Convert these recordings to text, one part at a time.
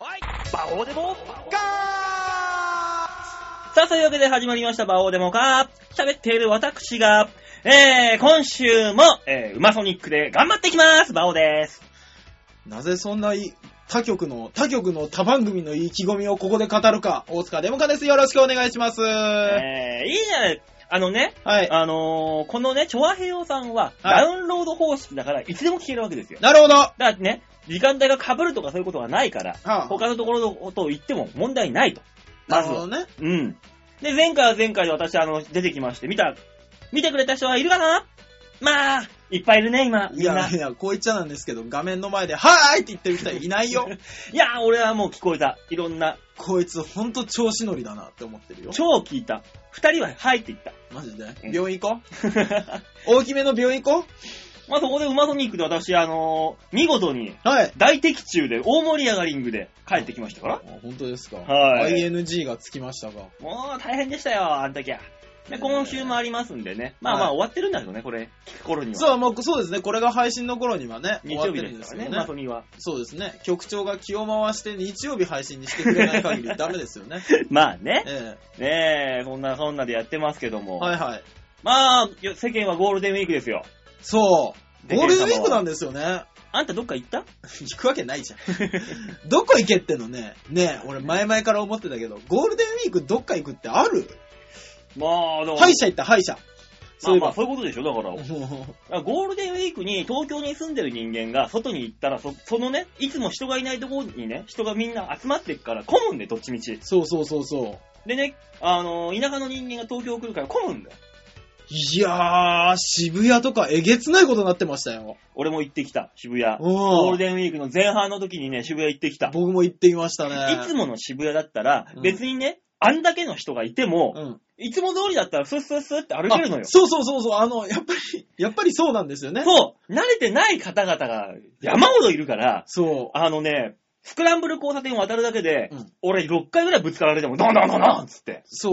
バオデモカーさあ、というわけで始まりました、バオデモカー喋っている私が、えー、今週も、えー、ウマソニックで頑張っていきますバオですなぜそんない他局の、他局の他番組の意気込みをここで語るか、大塚デモカです。よろしくお願いします。えー、いいじゃないあのね、はい。あのー、このね、チョアヘヨさんは、はいダウンロード方式だから、いつでも聞けるわけですよ。なるほど。はだってね、時間帯が被るとかそういうことはないから、あ他のところのことを言っても問題ないと。なまるずほはど。ね。うん。で、前回は前回で私、あの、出てきまして、見た、見てくれた人はいるかなまあ、いっぱいいるね、今。いみんな。やいいや、こう言っちゃなんですけど、画面の前で、はーいって言ってる人はいな いよ。や、俺はもう聞こえた。いろんな、こいつほんと調子乗りだなって思ってるよ。超聞いた。二人は、はいって言った。マジでうん病院行こ う。大きめの病院行こまあ、そこで馬ソニックで私、あのー見事に、う。はい。大的中で、大盛り上がりングで帰ってきましたから。あ本当ですか。はい ING がつきましたが。もう大変でしたよ、あの時は。で、今週もありますんでね。まあまあはい終わってるんだけどね、これ、聞く頃には。そう、もう、そうですね。これが配信の頃にはね、日終わっ曜て日るんでですすからよね、ね馬。ソニーは。 そうですね。局長が気を回して日曜日配信にしてくれない限 りダメですよね。まあね。えねえ、こんなそんなでやってますけどえも。はいはい。まあ、よ世間はゴールデンウィークですよ。そう。ゴールデンウィークなんで。ですよね。 あんたどっか行った行くわ けないじゃん。どこ行けってのね。ねえ、俺前々から思ってたけど、ゴールデンウィークどっか行くってあるまあ、だから歯医者行った歯医者。まそあういえまあ、ば。そういうことでしょ、だから。だからゴールデンウィークに東京に住んでる人間が外に行ったら、そそのね、いつも人がいないところにね、人がみんな集まってくから混むんで、どっちみち。 そうそうそうそう。でね、あの、田舎の人間が東京来るから混むんだよ。いやー、渋谷とかえげつないことになってましたよ。俺も行ってきた、渋谷。うんゴールデンウィークの前半の時にね、渋谷行ってきた。い僕も行ってきましたね。つもの渋谷だったらう、ん別にね、あんだけの人がいても、うん。いつも通りだったらスッスッスッって歩けるのよあ。そうそうそうそう。あの、やっぱり、やっぱりそうなんですよね。そう、慣れてない方々が山ほどいるから、そう。あのね、スクランブル交差点を渡るだけで、うん俺6回ぐらいぶつかられても、ドンドンドンドンっつって。そ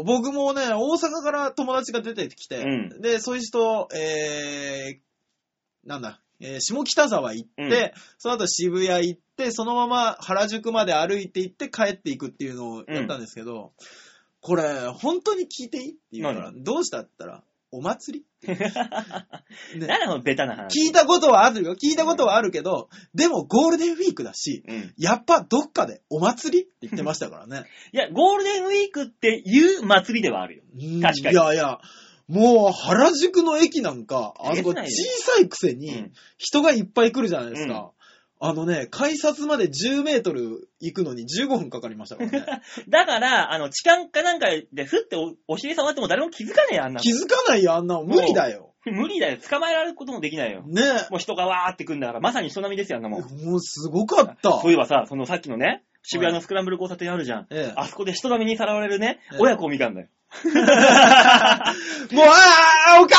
う、僕もね、大阪から友達が出てきて、うんで、そういう人、えー、なんだ、えー下北沢行って、うんその後渋谷行って、そのまま原宿まで歩いて行って帰っていくっていうのをやったんですけど、これ、本当に聞いていいって言うから、どうしたって言ったら、お祭り、ね何なのベタな話。聞いたことはあるよ。聞いたことはあるけど、でもゴールデンウィークだし、うん、やっぱどっかでお祭りって言ってましたからね。いや、ゴールデンウィークっていう祭りではあるよ。うん確かにいやいや、もう原宿の駅なんか、あそこえげつない小ねさいくせうにん人がいっぱい来るじゃないですか。あのね、改札まで10メートル行くのに15分かかりまし たからね。だから、あの、痴漢かなんかで、ふっておお尻触っても誰も気づかねえよ、あんなの気づかないよ、あんなの。無理だよ。無理だよ。捕まえられることもできないよ。ねもう人がわーってくんだから、まさに人並みですよ、あんなもん。もうすごかったそう。いえばさ、そのさっきのね、渋谷のスクランブル交差点あるじゃん。えあそこで人並みにさらわれるねええ、親子を見たんだよ。え、もう、あーお母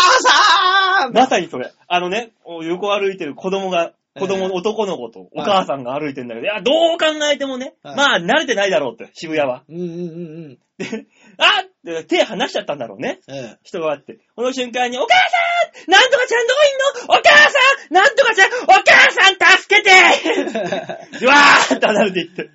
さ んまさにそれ。あのね、お横歩いてる子供が、子供、ええ男の子とお母さんが歩いてんだけど、いや、どう考えてもね、はいまあ、慣れてないだろうって、渋谷は。うんうんうんうん。あっって手離しちゃったんだろうね。 ええ。人があって。この瞬間に、お母さんなんとかちゃんどこいんのお母さんなんとかちゃんお母さん助け てうわーって離れていって。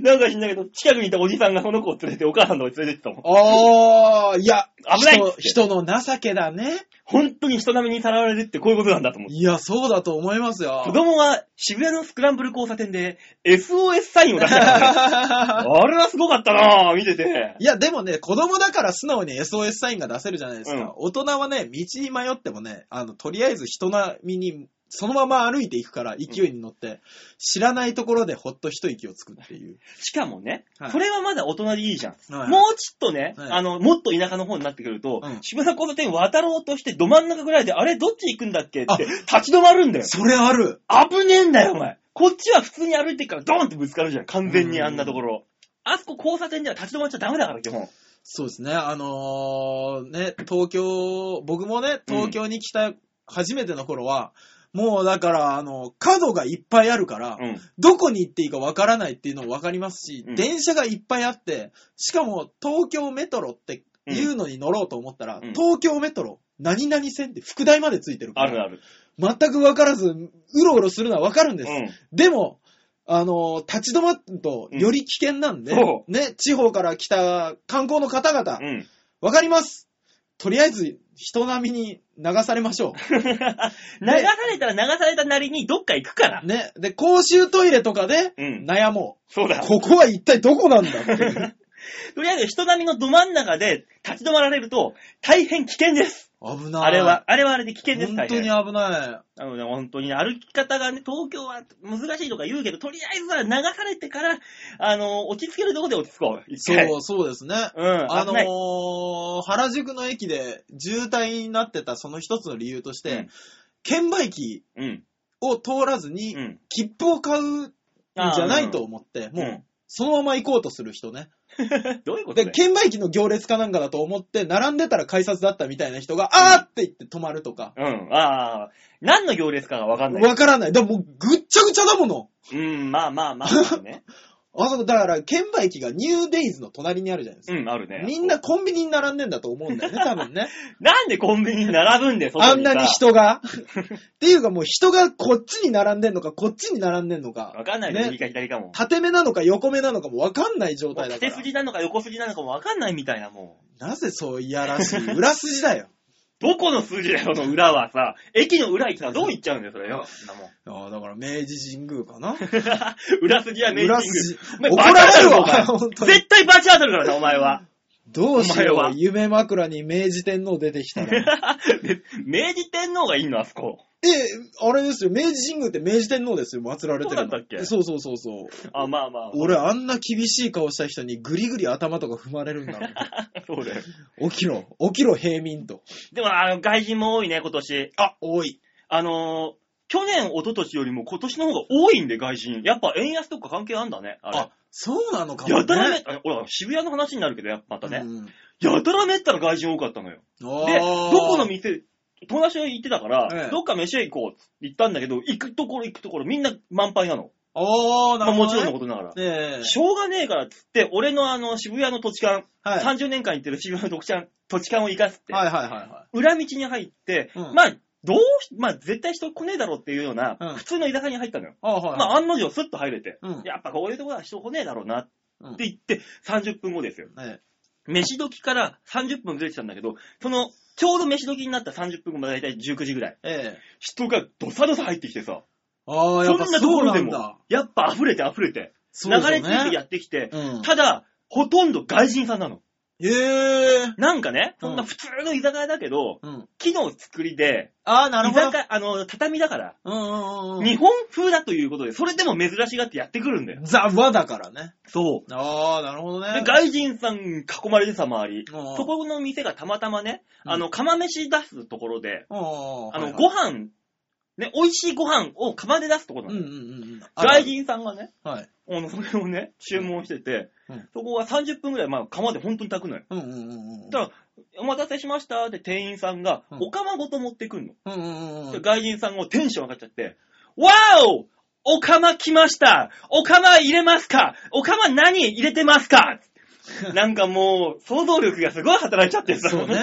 なんか知んないけど、近くにいたおじさんがその子を連れて、お母さんの方に連れてってたもん。あー、いや、危ないっつって人人の情けだね。本当に人並みにさらわれるってこういうことなんだと思って。いや、そうだと思いますよ。子供は渋谷のスクランブル交差点で SOS サインを出したからね。あれはすごかったなぁ、見てて。いや、でもね、子供だから素直に SOS サインが出せるじゃないですか。うん大人はね、道に迷ってもね、あの、とりあえず人並みに、そのまま歩いていくから、勢いに乗って、知らないところでほっと一息をつくっていう。しかもね、はいそれはまだ大人でいいじゃん。はいもうちょっとね、はいあの、もっと田舎の方になってくると、うん渋谷交差点渡ろうとしてど真ん中ぐらいで、あれどっち行くんだっけっあて立ち止まるんだ よ。それある危ねえんだよ、お前。こっちは普通に歩いてるからドーンってぶつかるじゃん。完全にうんあんなところ。あそこ交差点では立ち止まっちゃダメだから、基本。そうですね、あのーね、東京、僕もね、東京に来た初めての頃は、もうだから、あの、角がいっぱいあるから、うん。どこに行っていいかわからないっていうのもわかりますし、うん電車がいっぱいあって、しかも東京メトロっていうのに乗ろうと思ったら、うん東京メトロ、何々線って副題までついてるかあるら、ある。全くわからず、うろうろするのはわかるんうです。ん。でも、あの、立ち止まると、うんより危険なんで、そね、地方から来た観光の方々、うん。わかりますとりあえず、人並みに流されましょ流されたら流されたなりにどっか行くから う。。ね。で、公衆トイレとかで、うん悩もそうう。だ。ここは一体どこなんだっていう。とりあえず人並みのど真ん中で立ち止まられると大変危険です。危ない。 あれは、あれはあれで危険です本大当変に危なあのね、本当にね歩き方がね、東京は難しいとか言うけど、とりあえずは流されてから、あの、落ち着けるとこで落ち着こう。い。一回。そう、そうですね。うん、あ危のない。ー、原宿の駅で渋滞になってたその一つの理由として、うん券売機うん。を通らずうに、ん。切符を買うんじゃないと思って、うん。もう、そのまま行こうとする人ね。うんどういうことで、だよ券売機の行列かなんかだと思って、並んでたら改札だったみたいな人が、あーって言って止まるとか。うん。ああ、何の行列かがわかんない。わからない。でももうぐっちゃぐちゃだもの。うん、まあまあまあ、 ね。あそこ、だから、券売機がニューデイズの隣にあるじゃないですか。うん、あるね。みんな、コンビニに並んでんだと思うんだよね、多分ね。なんでコンビニに並ぶんで、そあんなに。人が。 っていうかもう人がこっちに並んでんのか、こっちに並んでんのか、わかんないね。ね右か左かも。縦目なのか横目なのかもわかんない状態だか縦ら。筋なのか横筋なのかもわかんないみたいな、もう。なぜそういや らしい裏筋だよ。どこの数字だよ、その裏はさ。駅の裏行ったらどう行っちゃうんだよ、それよ。 そんなもんああ、だから明治神宮 かな。裏筋は明治裏神宮。筋。お前怒られるバカだわ、ろ本当に。絶対バチ当たるからな、お前 は。 どうしお前よはう、夢枕に明治天皇出てき たら。明治天皇がいんの、あそこ。え、あれですよ、明治神宮って明治天皇ですよ、祀られてるのそうだったっけそうそうそうそう。あ、まあまあ。俺、あんな厳しい顔した人にグリグリ頭とか踏まれるんだろそうだよ。う。起きろ、起きろ、平民と。でも、あの、外人も多いね、今年。あ、多い。あのー去年、一昨年よりも今年の方が多いんで、外人。やっぱ円安とか関係あんだね。あれあ、そうなのかも、ね。やたらめ、あほら、渋谷の話になるけど、やっぱまたね。うんやたらめったら外人多かったのよ。あで、ーどこの店、友達が行ってたから、ええどっか飯屋行こうって言ったんだけど、行くところ行くところみんな満杯なの。あー、なまあるほもど、ちね。ろんのことながら。ええしょうがねえからっつって、俺のあの、渋谷の土地勘、はい。はい30年間行ってる渋谷の土地勘土地勘を生かすって、はいはいは裏道に入って、うんまあ、どうし、まあ、絶対人来ねえだろうっていうような、うん普通の居酒屋に入ったのよ。い。あーはい。まあ、案の定スッと入れて、うん。やっぱこういうとこは人来ねえだろうなうんって言って、30分後ですよ。え飯時から30分ずれてたんだけど、その、ちょうど飯時になった30分後、だいたい19時ぐらい。えええ人がドサドサ入ってきてさ、ああ、やそっんぱなとこそうろなでんもだ。、やっぱ溢れて溢れて、流そうれ着ですよいてね。やってきて、うん。ただ、ほとんど外人さんなの。ええなんかね、そんな普通の居酒屋だけど、うん。木の作りで、ああ、なる居ほど。酒屋、あの、畳だから、うんうんうんう日本風だということで、それでも珍しがってやってくるんだよん。。ザ・和だからね。そう。ああ、なるほどで、ね。外人さん囲まれてさ、周り。うんそこの店がたまたまね、うんあの、釜飯出すところで、ああの、ご飯飯、ね、美味しいご飯を釜で出すところうなんのうんよ。うん。外人さんがね、はい。あの、それをね、注文しててうん、そこが30分ぐらい、まあ、釜で本当に炊くのよ。うんうんうんうん。だから、お待たせしましたって店員さんが、うんお釜ごと持ってくんの。うんうんうんうでん。外人さんがテンション上がっちゃって、わーおお釜来ましたお釜入れますかお釜何入れてます かなんかもう、想像力がすごい働いちゃってさ。そうね。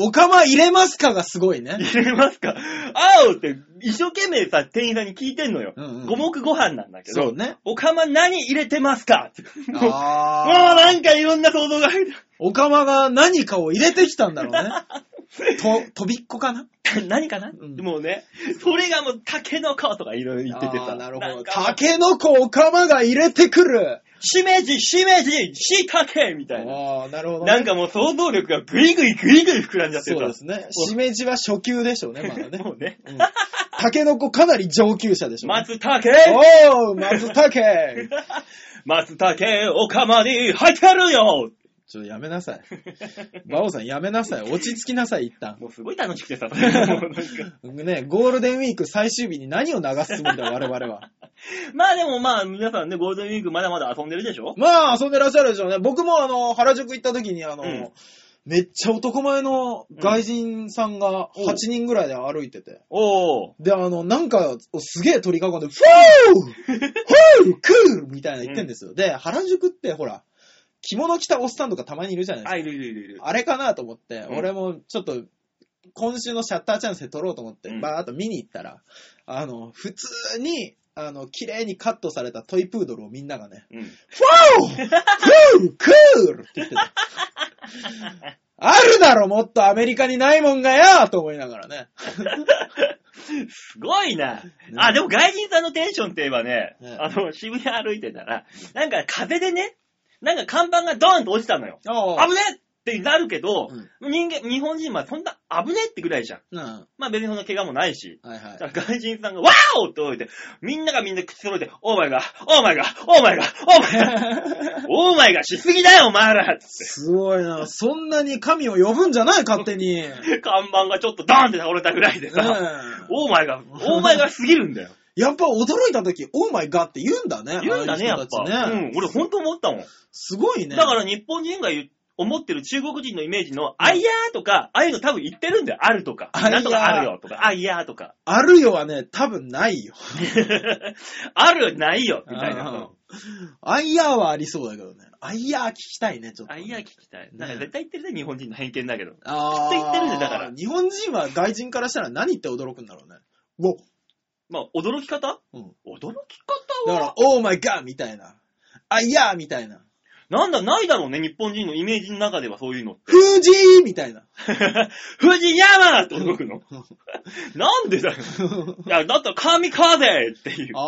お釜入れますかがすごいね。 入れますかあおって、一生懸命さ、店員さんに聞いてんのよ。うんうん五目ご飯なんだけそどう、ね。お釜何入れてますかってもうもう あなあ。んかいろんな想像が入る。おかまが何かを入れてきたんだろうね。と、とびっこかな 何かな、うんもうね、それがもう、タケノコとかいろいろ言っててあさ。ーなるなほんど。かタケノコおかまが入れてくる。しめじ、しめじ、しいたけみたいな。ああ、なるほどね。なんかもう想像力がぐいぐいぐいぐい膨らんじゃってるそうですね。しめじは初級でしょうね、まだね。 もうね。うんタケノコかなり上級者でしょうね。松茸おー、松 茸松茸お釜に入ってるよちょっとやめなさい。バオさんやめなさい。落ち着きなさい、一旦。もうすごい楽しくて さ、もうなんかね、ゴールデンウィーク最終日に何を流すつもりだ、我々は。まあでもまあ皆さんね、ゴールデンウィークまだまだ遊んでるでしょまあ、遊んでらっしゃるでしょうね。僕もあの、原宿行った時にあの、うんめっちゃ男前の外人さんがうん8人ぐらいで歩いてて。おー。で、あの、なんか、すげえ取り囲んで、フォーフォークールみたいな言ってんですよ。で、原宿ってほら、着物着たおっさんとかたまにいるじゃないですかあ、いるいるいるいる。あれかなと思って、うん俺もちょっと、今週のシャッターチャンスで撮ろうと思ってう、んバーっと見に行ったら、あの、普通にあの、綺麗にカットされたトイプードルをみんながね、うん。フォーフークールって言ってた。あるだろ、もっとアメリカにないもんがよと思いながらね。すごいな。あ、でも外人さんのテンションって言えばね、ねあの、渋谷歩いてたら、なんか壁でね、なんか看板がドーンと落ちたのよ。おう危ねってなるけど、うん人間、日本人はそんな危ねってぐらいじゃん。うん。はまあ別にそんな怪我もないし。いはい。だから外人さんが、ワーオって言って、みんながみんな口揃えて、オーマイガー、オーマイガー、オーマイガー、オーマイガー、 オーマイガーしすぎだよ、お前らつっすごいな。そんなに神を呼ぶんじゃない勝 手に。うんて。看板がちょっとドーンって倒れたぐらいでさ、オーマイガー、オーマイガーすぎるんだよ。やっぱ驚いた時、オーマイガーって言うんだ ね。言うんだね、あやのっ人たちぱ。うねん、俺ほんと思ったもん。すごいね。だから日本人が言う思ってる中国人のイメージの、あいやーとか、ああいうの多分言ってるんだよ。あるとか、あいやーなんとかあるよとか、あいやーとか、 あるよはね、多分ないよ。あるないよ、みたいな。アイヤーはありそうだけどね。アイヤー聞きたいね、ちょっと。あいやー聞きたい。なんかね絶対言ってるね、日本人の偏見だけど。あーきっと言ってるねだから日本人は外人からしたら何って驚くんだろうね。うおまあ、驚き方うん驚きだ方かはら、オーマイガーみたいな。アイヤーみたいな。なんだ、ないだろうね、日本人のイメージの中ではそういうの。 フージーみたいな。富士山って驚 くのなんでだよ。いや、だったら神風っていうこ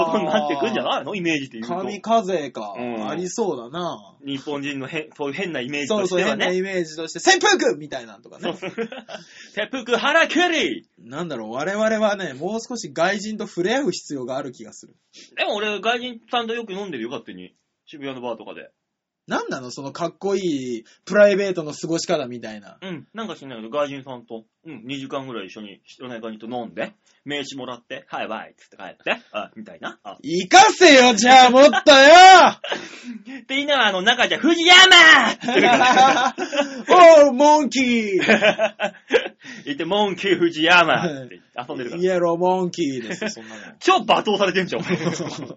あー。とになってくんじゃないのイメージっていうと。神風か、うんありそうだな。日本人のへんそういう変なイメージそとうしそう、ては変なね。イメージとして、扇風機みたいなのとかね。切腹腹蹴りなんだろう、我々はね、もう少し外人と触れ合う必要がある気がする。でも俺、外人さんとよく飲んでるよ、勝手に。渋谷のバーとかで。なんなのそのかっこいいプライベートの過ごし方みたいな。うん、なんか知んないけど、外人さんと、うん、2時間ぐらい一緒に、知らない感じと飲んで、名刺もらって、はい、バイっつって帰って、あ、みたいな。あ行かせよ、じゃあ、もっと っよて言いながら、あの、中じゃ、富士 山って言うからおう、モンキー言って、モンキー富士山って遊んでるかイら。エローモンキーですよ、そんな超罵倒されてんじゃ ん、の。うん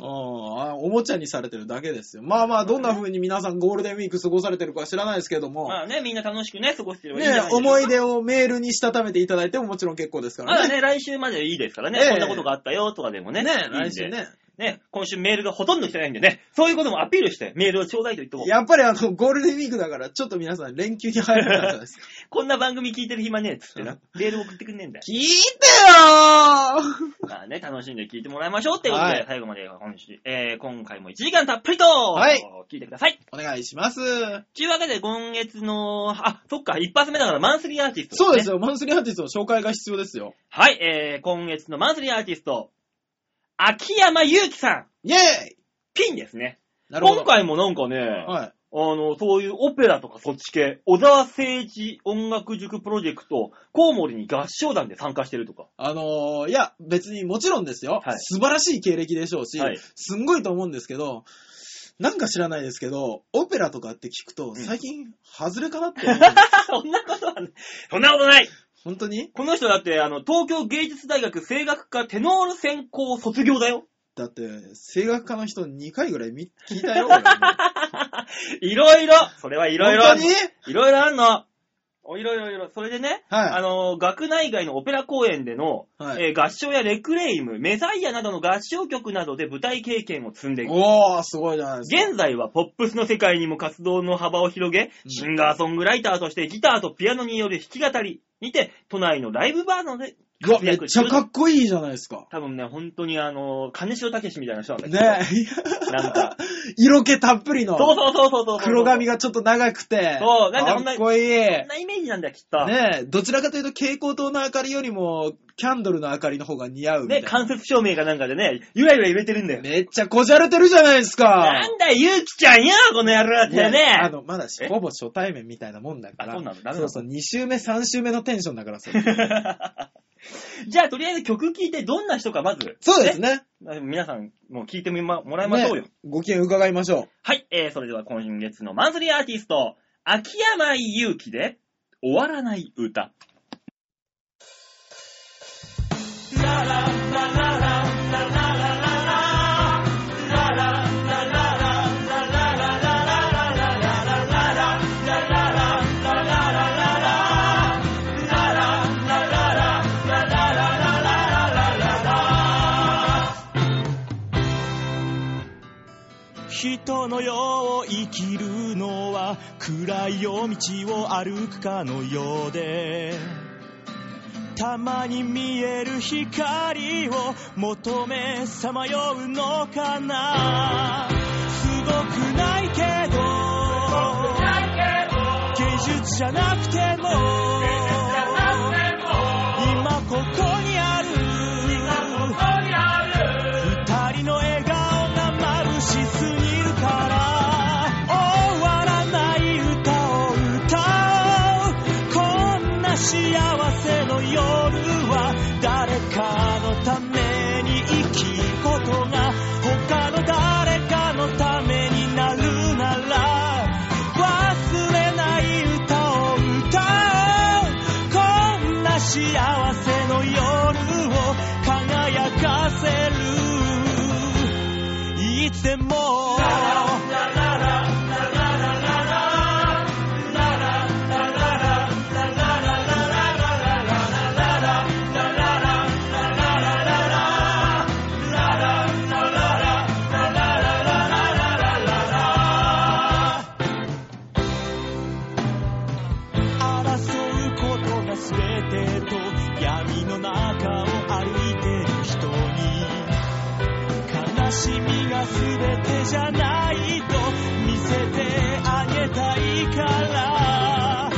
あおもちゃにされてるだけですよ。まあまあ、どんな風に皆さんゴールデンウィーク過ごされてるかは知らないですけども、まあね、みんな楽しくね、過ごしてればいいんじゃねな、い思い出出をメールにしたためていただいてももちろん結構ですかまらだね。ね、来週までいいですからね、ええこんなことがあったよとかでもね。いいんで来週ね。ね、今週メールがほとんど来てないんでね、そういうこともアピールしてメールをちょうだいと言っても、やっぱりあの、ゴールデンウィークだから、ちょっと皆さん連休に入るんじゃないですか。こんな番組聞いてる暇ねえっつってな、メール送ってくんねえん だよ。聞いてよまあね、楽しんで聞いてもらいましょうってことで、はい最後まで今週、えー、今回も1時間たっぷりと、い聞いてください。ーお願いします。というわけで今月の、あ、そっか、一発目だからマンスリーアーティスト、そうですよ。よ、マンスリーアーティストの紹介が必要ですよ。はい、えー、今月のマンスリーアーティスト、秋山祐希さん、イェーイピンですね。なるほど。今回もなんかね、はい。あの、そういうオペラとかそっち系、小沢誠一音楽塾プロジェクト、コウモリに合唱団で参加してるとか。あのーいや、別にもちろんですよ、はい素晴らしい経歴でしょうし、はいすんごいと思うんですけど、なんか知らないですけど、オペラとかって聞くと、最近、外れかなって思うん です、 そんなことはない。そんなことない本当にこの人だって、あの、東京芸術大学声楽科テノール専攻卒業だよ。だって、声楽家の人2回ぐらい見聞い たよ、俺もいろいろそれはいろいろ本当にいろいろあんのおいろいろいろ。それでね、はいあの、学内外のオペラ公演での、はいえー合唱やレクレイム、メサイアなどの合唱曲などで舞台経験を積んでいく。おー、すごいじゃないですか。現在はポップスの世界にも活動の幅を広げ、うんシンガーソングライターとしてギターとピアノによる弾き語りにて、都内のライブバーのでうわ、活めっ躍ちゃか中。っこいいじゃないですか。多分ね、本当にあの、金城武みたいな人なんだけねど。え。 なんか、色気たっぷりの。そうそうそうそうそう。黒髪が。がちょっと長くて。そうなんかそんなかっこいい。そんなイメージなんだよ、きっと。ねねえ、どちらかというと蛍光灯の明かりよりも、キャンドルの明かりの方が似合うみたいな。間接照明かなんかでね、ゆらゆら揺れてるんだよ。めっちゃこじゃれてるじゃないですか。なんだよ、ゆうきちゃんよ、この野郎っいてやね。あの、まだし、ほぼ初対面みたいなもんだかあら。そうなのダメなそのうそう、2週目、3週目のテンション だから、それ じゃあ、とりあえず曲聴いてどんな人かまず。そうですね。ね。皆さん、もう聴いてみま、もらいましょうよ。ねご機嫌伺いましょはい、えー、それでは今月のマンスリーアーティスト、秋山祐希で、終わらない歌。う。人のよう生きるのは暗い夜道を歩くかのようでたまに見える光を求めさまようのかなすごくないけど芸術じゃなくても今ここにある二人の笑顔が眩しすぎるから終わらない歌を歌おうこんな幸せの夜は誰かのために生きることが他の誰かのためになるなら忘れない歌を歌おうこんな幸せの夜を輝かせるいつでも争うことが全てと闇の中を歩いてる人に悲しみが全てじゃないと見せてあげたいから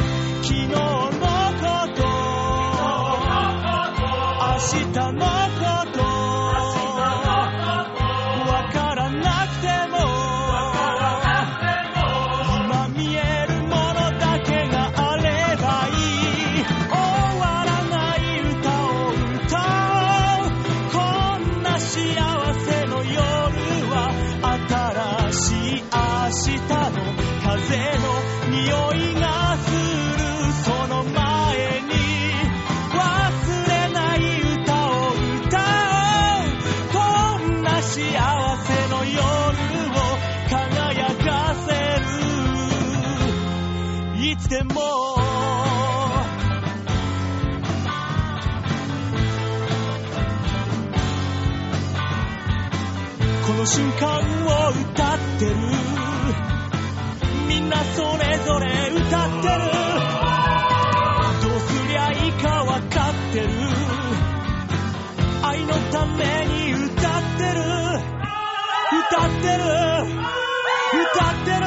昨日のこと明日のことわからなくても今見えるものだけがあればいい終わらない歌を歌おうこんな幸せの夜は新しい明日の風の匂いがするその前に忘れない歌を歌おうこんな幸せの夜を輝かせるいつでもこの瞬間を歌ってるみんなそれぞれ歌ってるどうすりゃいいかわかってる愛のために歌ってる歌ってる歌ってる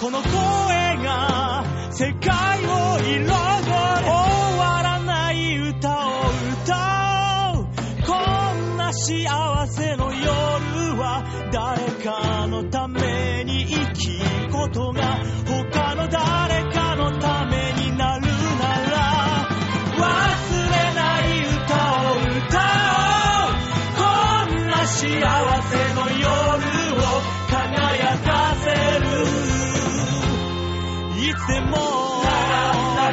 この声が世界を彩る終わらない歌を歌おうこんな幸せの夜は誰かのために生きることが他の誰かのためになるなら忘れない歌を歌おうこんな幸せの夜を輝かせるいつでも Oh,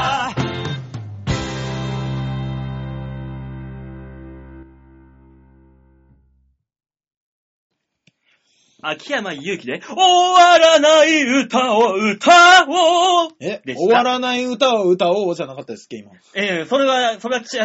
yeah. 秋山祐希で、終わらない歌を歌おうえでした終わらない歌を歌おうじゃなかったですっけ、今。ええそれは、それはち、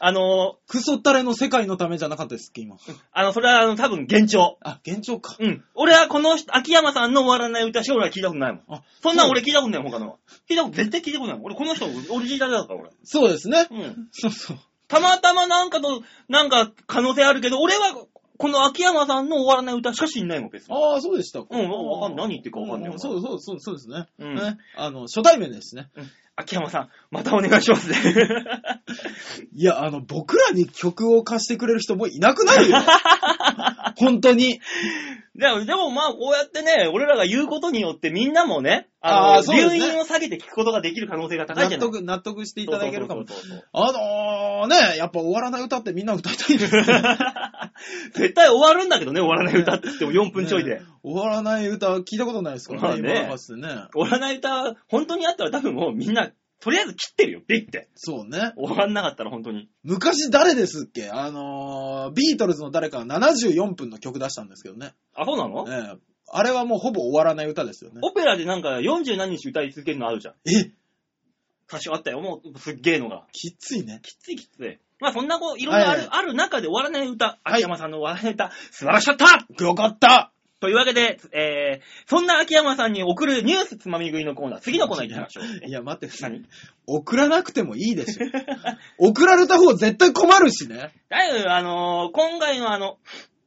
あの、クソったれの世界のためじゃなかったですっけ、今。あの、それは、あの、多分、幻聴。あ、幻聴か。うん。俺はこの人、秋山さんの終わらない歌、将来聞いたことないもん。あ、そんなん俺聞いたことないもん、他のは。聞いたこと、絶対聞いたことないもん。俺、この人、オリジナルだから、俺。そうですね。うん。そうそう。たまたまなんかと、なんか、可能性あるけど、俺は、この秋山さんの終わらない歌しか知んないもん、別に。ああ、そうでしたか。うんわかんない何言ってるかわかんないうんそうそうそう、そうですね。うんねあの、初対面ですね。秋山さん、またお願いしますね。 いや、あの、僕らに曲を貸してくれる人もういなくなるよ。 本当に。でも、でもまあ、こうやってね、俺らが言うことによって、みんなもね、ああーその、うです留ね飲を下げて聞くことができる可能性が高いじゃな納い得、納得していただけるかも。そうそうそうそうあのー、ね、やっぱ終わらない歌ってみんな歌いたいですね。 絶対終わるんだけどね、終わらない歌って言っても4分ちょいで。ね終わらない歌聞いたことないですかまあらねね、今の歌詞でね。終わらない歌、本当にあったら多分もうみんなとりあえず切ってるよ、ビッて。そうね。終わんなかったら本当に。昔誰ですっけあのー、ビートルズの誰かが74分の曲出したんですけどね。あ、そうなのええあれはもうほぼ終わらない歌ですよね。オペラでなんか40何日歌い続けるのあるじゃん。え、歌詞あったよ、もうすっげえのが。きついね。きついきつい。まあそんなこう、いろいろあはいる,、はいある中で終わらない歌、はい秋山さんの笑い歌、素晴らしかったよかったというわけで、えー、そんな秋山さんに送るニュースつまみ食いのコーナー、次のコーナー行きましょう。いや、待って、何送らなくてもいいでしょ。送られた方絶対困るしね。だいぶ、あのー今回のあの、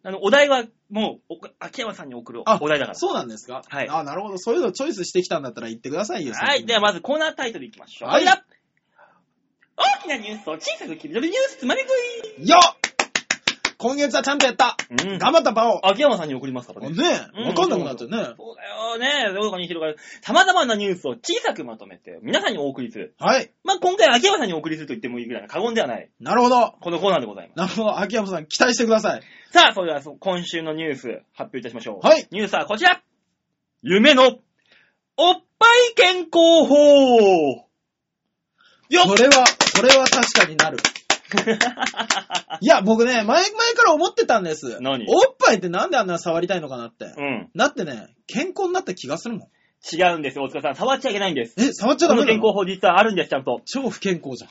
あの、お題はもう、お秋山さんに送るあお題だから。そうなんですかはいあ、なるほど。そういうのチョイスしてきたんだったら言ってくださいよ。はい。ではまずコーナータイトルいきましょう。はいこちら大きなニュースを小さく切り取るニュースつまみ食いよっ今月はちゃんとやったうん頑張った、バオ秋山さんに送りますからね。ねえ、わかんなくなっちゃうね。そうだよね。どこかに広がる。様々なニュースを小さくまとめて、皆さんにお送りする。はい。まあ、今回、秋山さんにお送りすると言ってもいいぐらいの過言ではない、なるほど。このコーナーでございまなるほど。秋山さん、期待してください。す。さあ、それではそ今週のニュース、発表いたしましょう。はいニュースはこちら夢の、おっぱい健康法よこっれは、これは確かに なる。いや、僕ね、前、前から思ってたんです。何おっぱいってなんであんな触りたいのかなって。うん。だってね、健康になった気がするもん。違うんですよ、大塚さん。触っちゃいけないんです。え、触っちゃこダメのな健康の法実はあるんです、ちゃんと。超不健康じゃ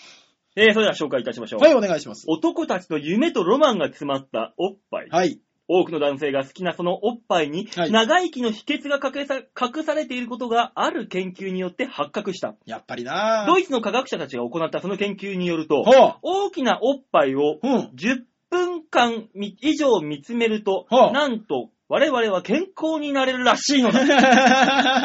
えー、それでは紹介いたしましょん。う。はい、お願いします。男たちの夢とロマンが詰まったおっぱい。はい。多くの男性が好きなそのおっぱいに、はい長生きの秘訣が隠さ隠されていることがある研究によって発覚した。やっぱりなドぁ。イツの科学者たちが行ったその研究によると、ほ大きなおっぱいをう。 うん。 10分間み以上見つめると、はあなんと我々は健康になれるらしいの だ。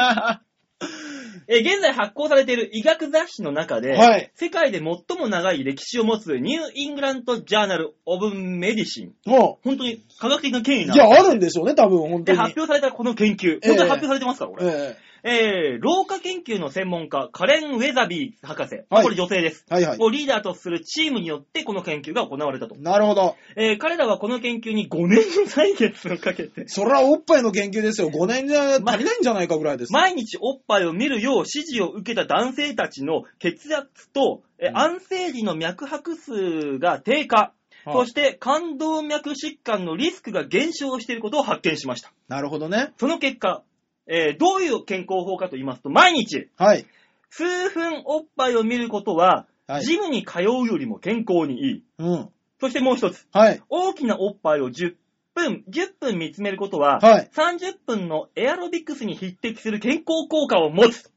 えー現在発行されている医学雑誌の中で、はい世界で最も長い歴史を持つニューイングランド・ジャーナル・オブ・メディシン。ほ本当に科学的な権威う。ないや、あるんでしょうね、多分、本当で、に。発表されたこの研究。ええ本当に発表されてますから、これ。ええー、老化研究の専門家、カレン・ウェザビー博士。はいこれ女性です。えはいはい。をリーダーとするチームによってこの研究が行われたと。なるほど。えー、彼らはこの研究に5年の歳月をかけて、それはおっぱいの研究ですよ。5年じゃ足りないんじゃないかぐらいです。毎日おっぱいを見るよう指示を受けた男性たちの血圧と、えーうん安静時の脈拍数が低下、そして冠動脈疾患のリスクが減少していることを発見しました。なるほどね。その結果、えーどういう健康法かと言いますと、毎日、はい。数分おっぱいを見ることは、はい。ジムに通うよりも健康にいい。うん。そしてもう一つ、はい。大きなおっぱいを10分、10分見つめることは、はい30分のエアロビクスに匹敵する健康効果を持つ。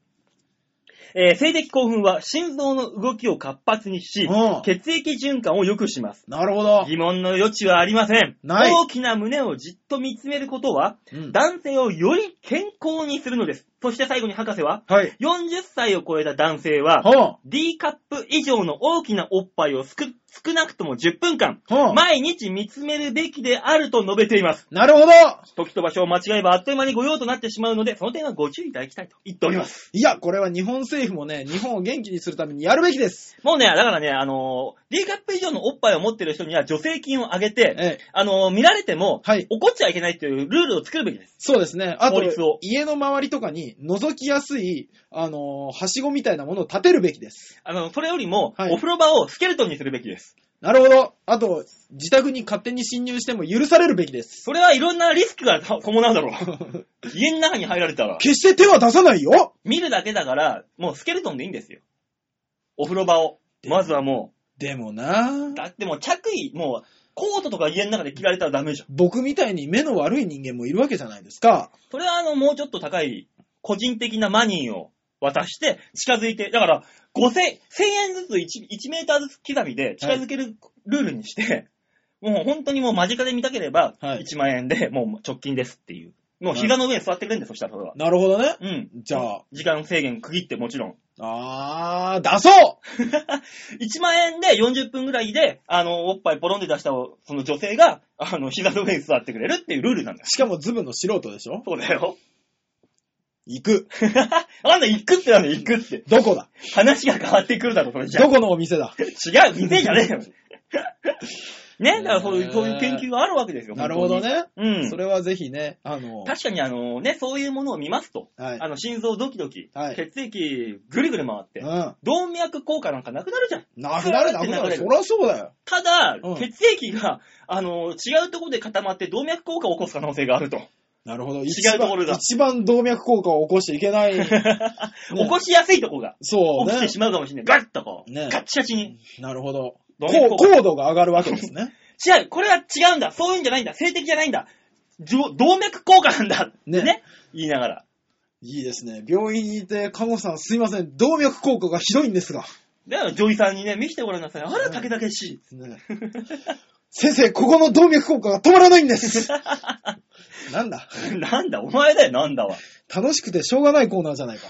えー性的興奮は心臓の動きを活発にしうん、血液循環を良くします。なるほど。疑問の余地はありません。ない大きな胸をじっと見つめることは、うん男性をより健康にするのです。そして最後に博士は、はい。 40歳を超えた男性は、ほう。 D カップ以上の大きなおっぱいをすく少なくとも10分間、ほう。毎日見つめるべきであると述べています。なるほど。時と場所を間違えばあっという間にご用となってしまうので、その点はご注意いただきたいと言っております。いや、これは日本政府もね、日本を元気にするためにやるべきです。もうね、だからね、あのー、D カップ以上のおっぱいを持ってる人には助成金をあげて、ええ。あのー、見られても、はい怒っちゃいけないというルールを作るべきです。そうですね。あ法律をと、家の周りとかに覗きやすい、あのーはしごみたいなものを立てるべきです。あの、それよりも、はいお風呂場をスケルトンにするべきです。なるほど。あと、自宅に勝手に侵入しても許されるべきです。それはいろんなリスクが伴うだろう。家の中に入られたら。決して手は出さないよ見るだけだから、もうスケルトンでいいんですよ。お風呂場を。まずはもでもなう。だってもう着衣、もう、コートとか家の中で着られたらダメじゃん。僕みたいに目の悪い人間もいるわけじゃないですか。それはあの、もうちょっと高い、個人的なマニーを渡して、近づいて、だから、5000、1000円ずつ1、1メーターずつ刻みで近づけるルールにして、もう本当にもう間近で見たければ、はい1万円で、もう直近ですっていう。もう膝の上に座ってくれるんで、そしたらそれは。なるほどね。うん。じゃあ、時間制限区切ってもちろん。あー、出そう1万円で40分ぐらいで、あの、おっぱいポロンで出したその女性が、あの、膝の上に座ってくれるっていうルールなんだよ。しかもズブの素人でしょそうだよ。行 く。あんな行くってなんだよ、行くって。どこだ話が変わってくるだろ、それじゃあどこのお店だ 違う、店じゃねえよ。ね、だからそういう、そういう研究があるわけですよ。なるほどね。本当に。うんそ。れはぜひね、あの、確かにあのね、そういうものを見ますと、はいあの、心臓ドキドキ、はい血液ぐるぐる回って、うん。動脈硬化なんかなくなるじゃん。なくなる、ふわーっなくてなる。流れそりゃそうだよ。ただ、うん血液が、あの、違うところで固まって動脈硬化を起こす可能性があると。なるほど。違うところだ一番一番動脈硬化を起こしてい けない。起こしやすいところがそう起きねて。しまうかもしれない。ガッとこう、ねガッチガチに。なるほど。動こ脈硬う化高度が上がるわけですね。違う、これは違うんだ。そういうんじゃないんだ。性的じゃないんだ。じょ動脈硬化なんだ。ねね言いながら。いいですね。病院にいて、看護師さんすいません。動脈硬化がひどいんですが。だから、ジョイさんにね、見せてごらんなさい。あら、竹々しい。ね先生、ここの動脈硬化が止まらないんです なんだ なんだ、お前だよ、なんだは。楽しくてしょうがないコーナーじゃないか。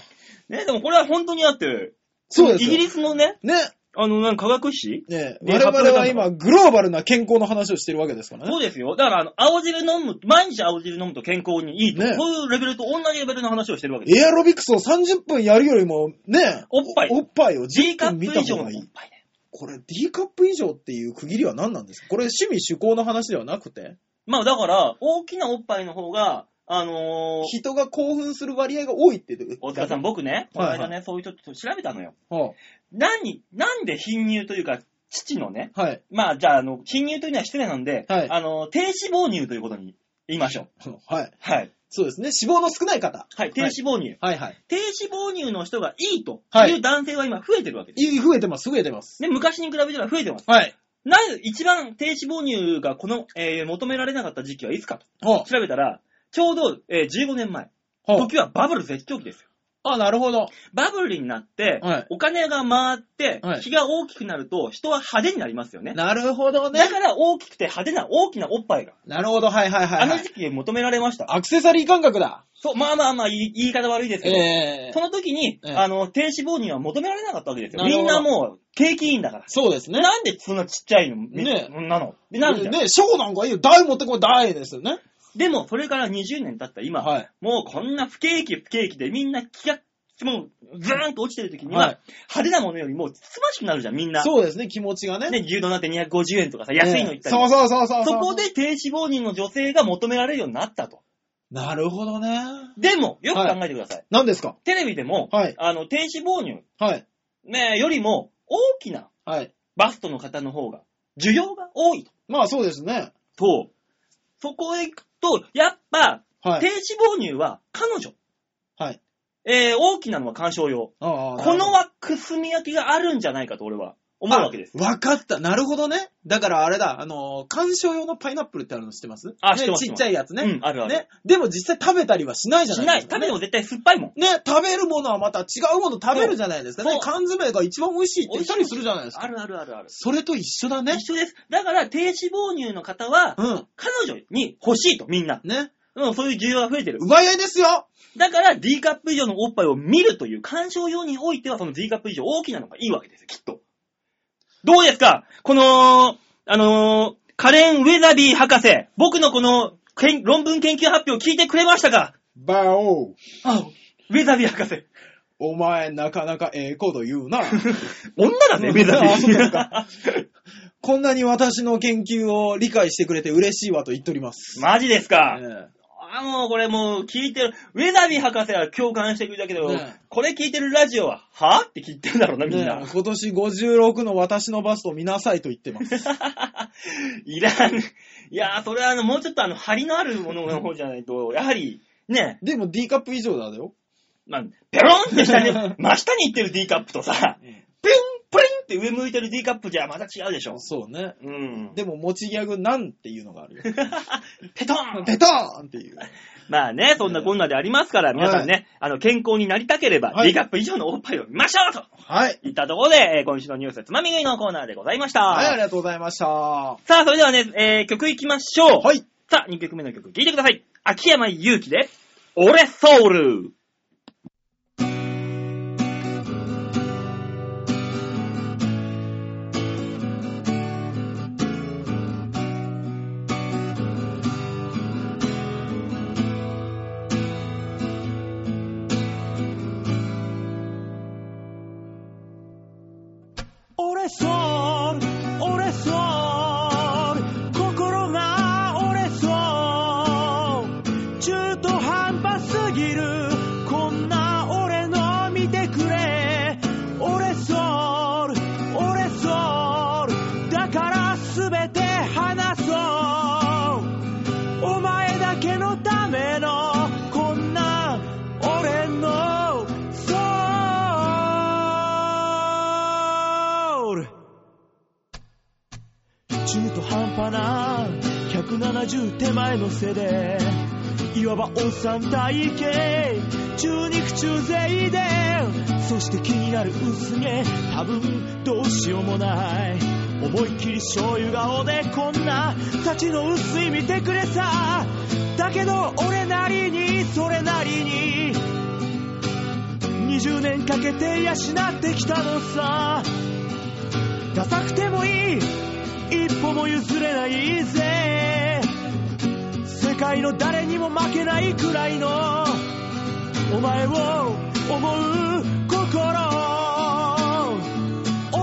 ね、でもこれは本当にあって、そうですイよギリスのね、ね。あの、なんか科学誌ねで我々発表さはれたの今、グローバルな健康の話をしてるわけですからねそ。うですよ。だから、あの、青汁飲む、毎日青汁飲むと健康にいいと。ねそういうレベルと同じレベルの話をしてるわけです。エアロビクスを30分やるよりも、ね、おっぱいおっぱいを G 10カッ分プ見以た上方のおっがいい。ぱいね。これ D カップ以上っていう区切りは何なんですかこれ趣味趣向の話ではなくてまあ、だから、大きなおっぱいの方が、あのー、人が興奮する割合が多いって言って大塚さん、僕ね、このはいはい間ね、そういうちょっと調べたのよ。は何、なんで貧乳というか、父のね、あはい。まあ、じゃあ、あの、貧乳というのは失礼なんで、はいあの、低脂肪乳ということに言いましょう。はい。はい。そうですね。脂肪の少ない方。はい、低脂肪乳。はいはい。低脂肪乳の人がいいとはいいう男性は今増えてるわけです。い増えてます、増えてます。ね、昔に比べたら増えてます。はい。なぜ、一番低脂肪乳がこの、えー求められなかった時期はいつかはと調べたら、ちょうど、えー15年前、あ、は時はバブル絶頂期ですよ。あ、あ、なるほど。バブルになって、はいお金が回って、はい気が大きくなると、人は派手になりますよね。なるほどねだ。から大きくて派手な大きなおっぱいが、なるほど、はいはいはあい、はのい時。期に求められました。アクセサリー感覚だ。そう、まあまあまあ言い、言い方悪いですけど、ええその時に、ええあの、低脂肪には求められなかったわけですよ。なるほみどんなもう、景気いいんだから。そうですね。なんでそんなちっちゃいの、ねそんなのでなるじゃんね、ショーなんかいいよ。台持ってこい、台ですよね。でも、それから20年経った今、はい。もうこんな不景気不景気でみんな気が、もう、ズーンと落ちてる時には、はい派手なものよりも、つつましくなるじゃん、みんな。そうですね、気持ちがね。ね、牛丼なんて250円とかさ、安いのね行ったり。そうそうそうそう。そこ。で低脂肪人の女性が求められるようになったと。なるほどね。でも、よく考えてください。何ですかテレビでも、はいあの、低脂肪乳、はい。ね、よりも、大きなはい。バストの方の方が、需要が多いと。まあそうですね。とそこへ行くと、やっぱ、は低い。脂肪乳は彼女。はい。えー大きなのは鑑賞用。ああこのはくすみ焼きがあるんじゃないかと俺は思うわけです。わかった。なるほどね。だからあれだ、あのー、鑑賞用のパイナップルってあるの知ってますあね知ってますちっちゃいやつね。うん、あるある。ね。でも実際食べたりはしないじゃしなないい。です食か、べね。ても絶対酸っぱいもん。ね、食べるものはまた違うもの食べるじゃないですかねそう。缶詰が一番美味しいって言ったりするじゃないですか。あるあるあるある。それと一緒だね。一緒です。だから、低脂肪乳の方は、うん。彼女に欲しいと、みんな。ね。うん、そういう需要が増えてる。奪い合いですよだから、D カップ以上のおっぱいを見るという鑑賞用においては、その D カップ以上大きなのがいいわけですよ、きっと。どうですかこの、あのーカレン・ウェザビー博士、僕のこのけん論文研究発表聞いてくれましたかバオあ、ウェザビー博士。お前なかなかええこと言うな。 女だね、ウェザ ビあそうですーか。こんなに私の研究を理解してくれて嬉しいわと言っております。マジですか、えあ、もうこれもう聞いてる。ウェザビー博士は共感してくれたけど、ねこれ聞いてるラジオは、はぁって聞いてるんだろうな、えみんな。ねえ今年56の私のバストを見なさいと言っ てます。いらん。いやー、それはあの、もうちょっとあの、張りのあるものの方じゃないと、やはり、ね、でも D カップ以上だよ。まあ、ペロンって下 に、真下に行ってる D カップとさ、ピュン、プリンって上向いてる D カップじゃまた違うでしょ。そうね。うん。でも持ちギャグなんていうのがあるよ。 ペトンペターンっていう。まあね、そんなこんなでありますから、皆さんね、あの、健康になりたければ、はい D カップ以上のおっぱいを見ましょうとはい。いったところで、えー今週のニュースつまみ食いのコーナーでございました。はい、ありがとうございました。はさあ、それではね、えー曲いきましょう。い。さあ、2曲目の曲聴いてください。秋山祐希で、俺ソウル。俺ソウル俺ソウル中途半端な170手前の背でいわばおっさん体型中肉中背でそして気になる薄毛多分どうしようもない思いっきり醤油顔でこんな立ちの薄い見てくれさだけど俺なりにそれなりに20年かけて養ってきたのさダサくてもいい一歩も譲れないぜ世界の誰にも負けないくらいのお前を思う心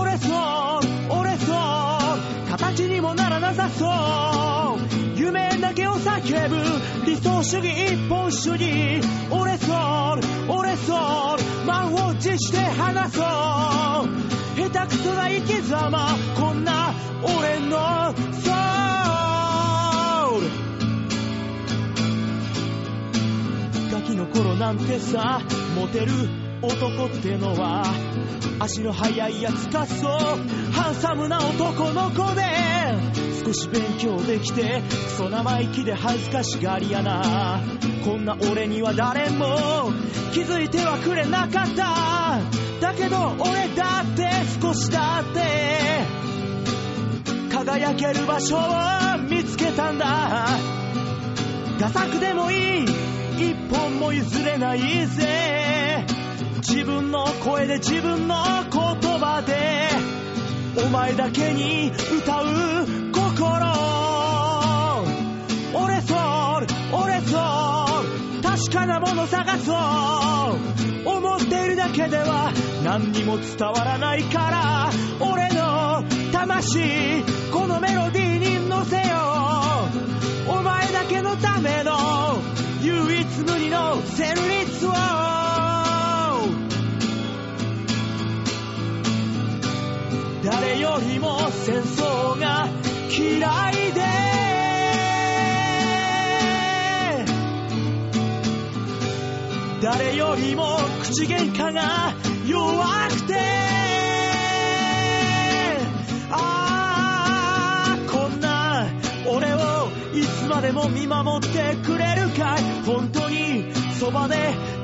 折れそう折れそう形にもならなさそう夢だけを叫ぶ理想主義一本主義折れそう折れそう満を持して話そう下手くそな生き様こんな俺のソウルガキの頃なんてさモテる男ってのは足の速いやつかそうハンサムな男の子で少し勉強できてクソ生意気で恥ずかしがりやなこんな俺には誰も気づいてはくれなかっただけど俺だって少しだって輝ける場所を見つけたんだダサくでもいい一本も譲れないぜ自分の声で自分の言葉でお前だけに歌う心俺ソウル俺ソウル確かなもの探そう思っているだけでは何にも伝わらないから俺の魂このメロディーに乗せようお前だけのための唯一無二の旋律を誰よりも戦争が嫌いで誰よりも口喧嘩が弱くてああこんな俺をいつまでも見守ってくれるかい本当にそばで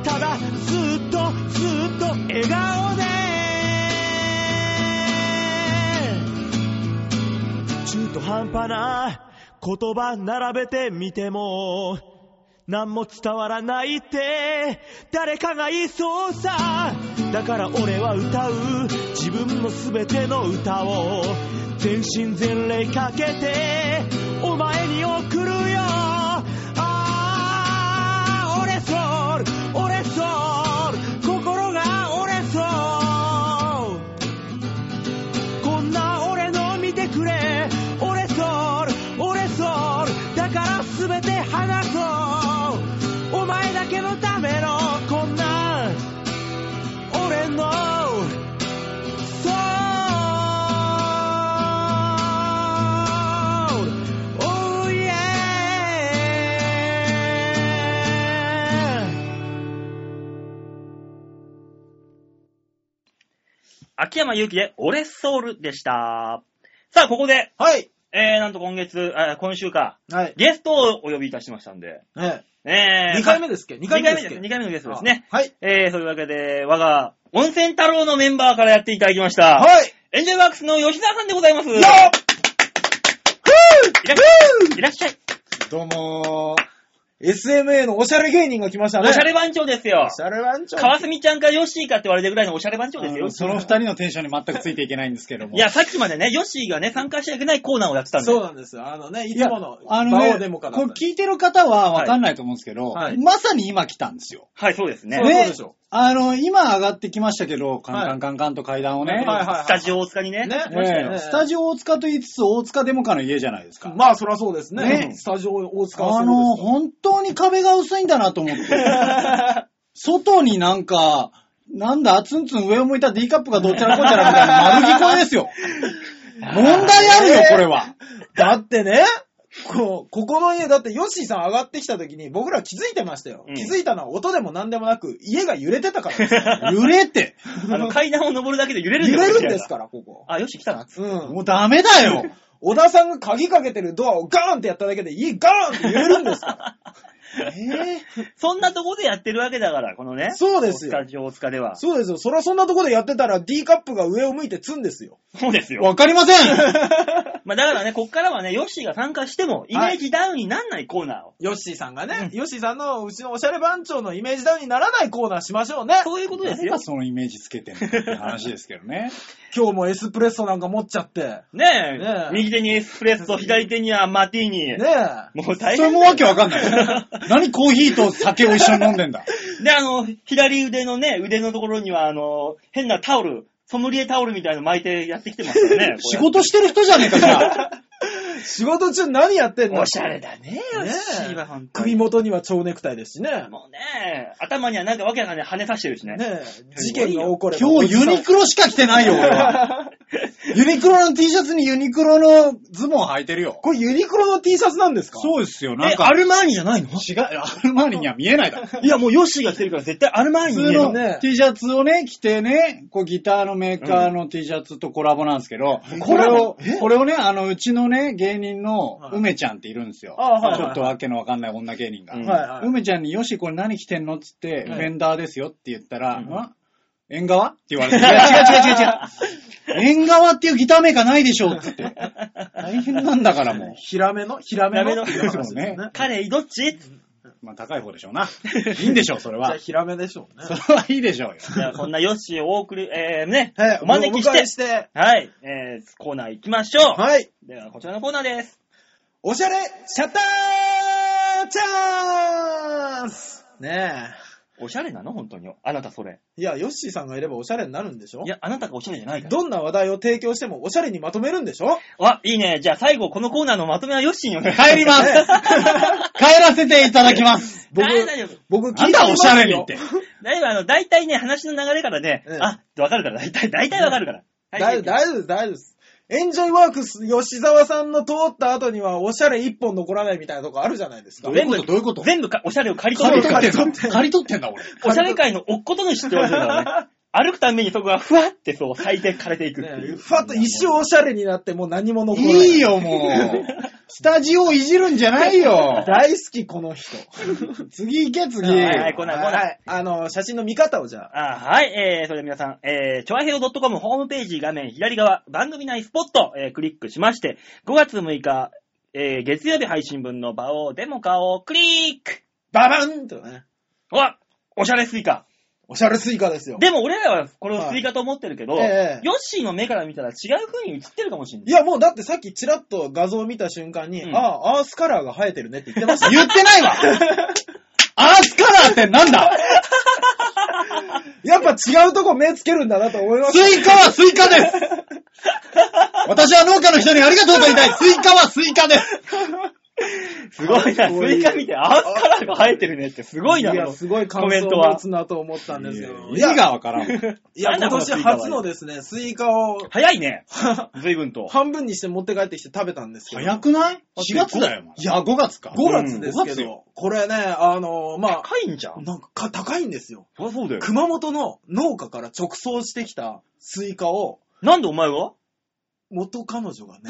ただずっとずっと笑顔で中途半端な言葉並べてみても何も伝わらないって誰かが言いそうさだから俺は歌う自分の全ての歌を全身全霊かけてお前に送るよああ俺ソウル俺ソウル心が折れそうこんな俺の見てくれ俺ソウル俺ソウルだから全て話そうお前だけのためのこんな俺のソウル Oh yeah 秋山祐希で、俺ソウルでした。さあ、ここで、はい。えー、なんと今月、あ今週か、はい。ゲストをお呼びいたしましたんで、ええー、 2回目ですっけ ?2 二回回目目ですでっけす。2回目のゲストですね。あはい。えー、そういうわけで、我が、温泉太郎のメンバーからやっていただきました。はい。エンジェルワークスの吉沢さんでございます。いよらっっいらっしゃい。どうもー。SMA のおしゃれ芸人が来ましたね。おしゃれ番長ですよお。しゃれ番長。川澄ちゃんかヨッシーかって言われてるぐらいのおしゃれ番長ですあよの。その二人のテンションに全くついていけないんですけども。いや、さっきまでね、ヨッシーがね、参加しちゃいけないコーナーをやってたんで。そうなんですよ。あのね、いいつや、もの、あバのね、オデモカだこったれ聞いてる方はわかんないと思うんですけど、はいはいまさに今来たんですよ。はい、そうですね。そうそうでしょあの、今上がってきましたけど、カンカンカンカンと階段をね、はいはいはいスタジオ大塚にね。ね ええましたよねスタジオ大塚と言いつつ大塚デモカの家じゃないですか。まあ、そりゃそうですね。ねスタジオ大塚はあの、本当に壁が薄いんだなと思って。外になんか、なんだ、ツンツン上を向いた D カップがどっちゃらこっちゃらみたいな丸聞こえですよ。問題あるよ、これは。だってね、こうここの家、だってヨッシーさん上がってきた時に僕ら気づいてましたよ。うん気づいたのは音でも何でもなく、家が揺れてたからです よ揺れて。 あの、階段を登るだけで揺れるん揺ですれよるんですから、ここ。あ、ヨッシー来たな。うん。もうダメだよ。小田さんが鍵かけてるドアをガーンってやっただけで、家ガーンって揺れるんですかえそんなとこでやってるわけだから、このねー。そうです大よ。塚城塚では。そうですよ。そらそんなとこでやってたら D カップが上を向いてツンですよ。そうですよ。わかりませんまあだからね、こっからはね、ヨッシーが参加しても、イメージダウンになんないコーナーを。ヨッシーさんがね、ヨッシーさんのうちのおしゃれ番長のイメージダウンにならないコーナーしましょうね。そういうことです誰よが。そのイメージつけてんのって話ですけど ね。今日もエスプレッソなんか持っちゃって。ねえねえ右手にエスプレッソ、左手にはマティーニ。ねえ。もう大それ変もだよ。わけわかんない。何コーヒーと酒を一緒に飲んでんだ。 で、あの、左腕のね、腕のところには、あの、変なタオル、ソムリエタオルみたいなの巻いてやってきてますよね。これ仕事してる人じゃねえか、じゃあ。仕事中何やってんのおしゃれだね、ヨッシーは、本当首に。元には蝶ネクタイですしね。もうね、頭にはなんかわけわかんない羽さしてるしね。ねえ、事件が起これば。今日ユニクロしか着てないよ、俺 は。ユニクロの T シャツにユニクロのズボン履いてるよ。これユニクロの T シャツなんですかそうですよ、え、なんアか。ルマーニじゃないの違う、アルマーニには見えないだろ。いや、もうヨッシーが着てるから絶対アルマー普ニ通にねの T シャツをね、着てね、こうギターのメーカーの T シャツとコラボなんですけど、これを、これをね、あの、うちのね、芸人のはい梅ちゃんっているんですよ。あはいはいはいちょっとわけのわかんない女芸人が。うんはいはい。梅ちゃんに、よし、これ何着てんのっつって、はいフェンダーですよって言ったら、うんん縁側って言われて、いや違う違う違う違う。縁側っていうギターメーカーないでしょっつって。大変なんだからもヒラメのヒラメのヒラメのって いう話ですよそうねカレイどっちう。まあ高い方でしょうな。いいんでしょう、そ れじゃあは。ヒラメでしょうそね。れはいいでしょうよ。じゃあ、そんなヨッシーをお送り、えー、ね、はいお招きしお迎てえ、して。はい、えー、コーナー行きましょう。はい。では、こちらのコーナーです。おしゃれシャッターチャンスねおしゃれなの本当に。あなたそれ。え。いや、ヨッシーさんがいればおしゃれになるんでしょいや、あなたがおしゃれじゃないから。どんな話題を提供してもおしゃれにまとめるんでしょあ、いいね。じゃあ最後、このコーナーのまとめはヨッシーにお願い帰ります帰らせていただきます。僕 大丈夫。僕な聞んいてだみおましすよゃれにって。大丈夫。あの、大体ね、話の流れからね、ええあ、わかるから、大体、大体わかるから。大丈夫、大丈夫です、大丈夫です。エンジョイワークス、吉沢さんの通った後には、おしゃれ一本残らないみたいなとこあるじゃないですかどう。いうことどういうこと全部か、おしゃれを借り取借るり取ってんだ。借り取ってんだ、俺。おしゃれ界のおっこと主って言われてるから ね。歩くためにそこがふわってそう、咲いて枯れていくっていねう。ふわっと一生おしゃれになって、もう何も残らない。いいよ、もう。スタジオいじるんじゃないよ。大好き、この人。次行け、次。はいはいこんなこんなはい。あの、写真の見方をじゃああ。はい、えー、それでは皆さん、えー、ちょあへよ .com ホームページ画面左側、番組内スポット、えー、クリックしまして、5月6日、えー、月曜日配信分の場を、デモ化をクリックババンとね。わおしゃれスイカ。おしゃれスイカですよ。でも俺らはこれをスイカと思ってるけど、はいええヨッシーの目から見たら違う風に映ってるかもしれないい。や、もうだってさっきチラッと画像を見た瞬間に、うんああ、アースカラーが生えてるねって言ってましたよ。言ってないわアースカラーってなんだやっぱ違うとこ目つけるんだなと思いまスす。イカはスイカです私は農家の人にありがとうと言いたいスイカはスイカですすごいな、かっこいスいイカ見て、アースカラーが生えてるねって、すごいな、いこや、のすごいコ感メン想トを持は。つなと思ったんですよ。意味がわからん。いなや、んだ今この年初のですね、スイカを早いね、随分と。半分にして持って帰ってきて食べたんですけど。早くない ?4 月だよ、お前いや、5月か。 5月ですうん五け月どよ、これね、あの、ま高いんじゃあ、ん。なんか高いんですよ。そりゃそうだよ熊本の農家から直送してきたスイカを、なんでお前は元彼女がね、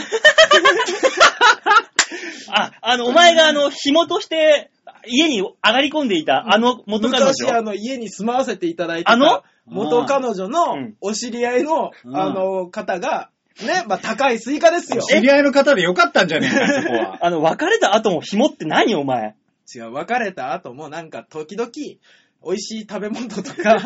あ、あの、お前があの、紐として、家に上がり込んでいた、あの、元カノでし昔あょの家に住まわせていただいてたあの元彼女うのんお知り合いの、うんあの方が、ね、まあ高いスイカですよ。知り合いの方でよかったんじゃねえか、そこは。あの、別れた後も紐って何お前。違う、別れた後もなんか時々、美味しい食べ物 とか、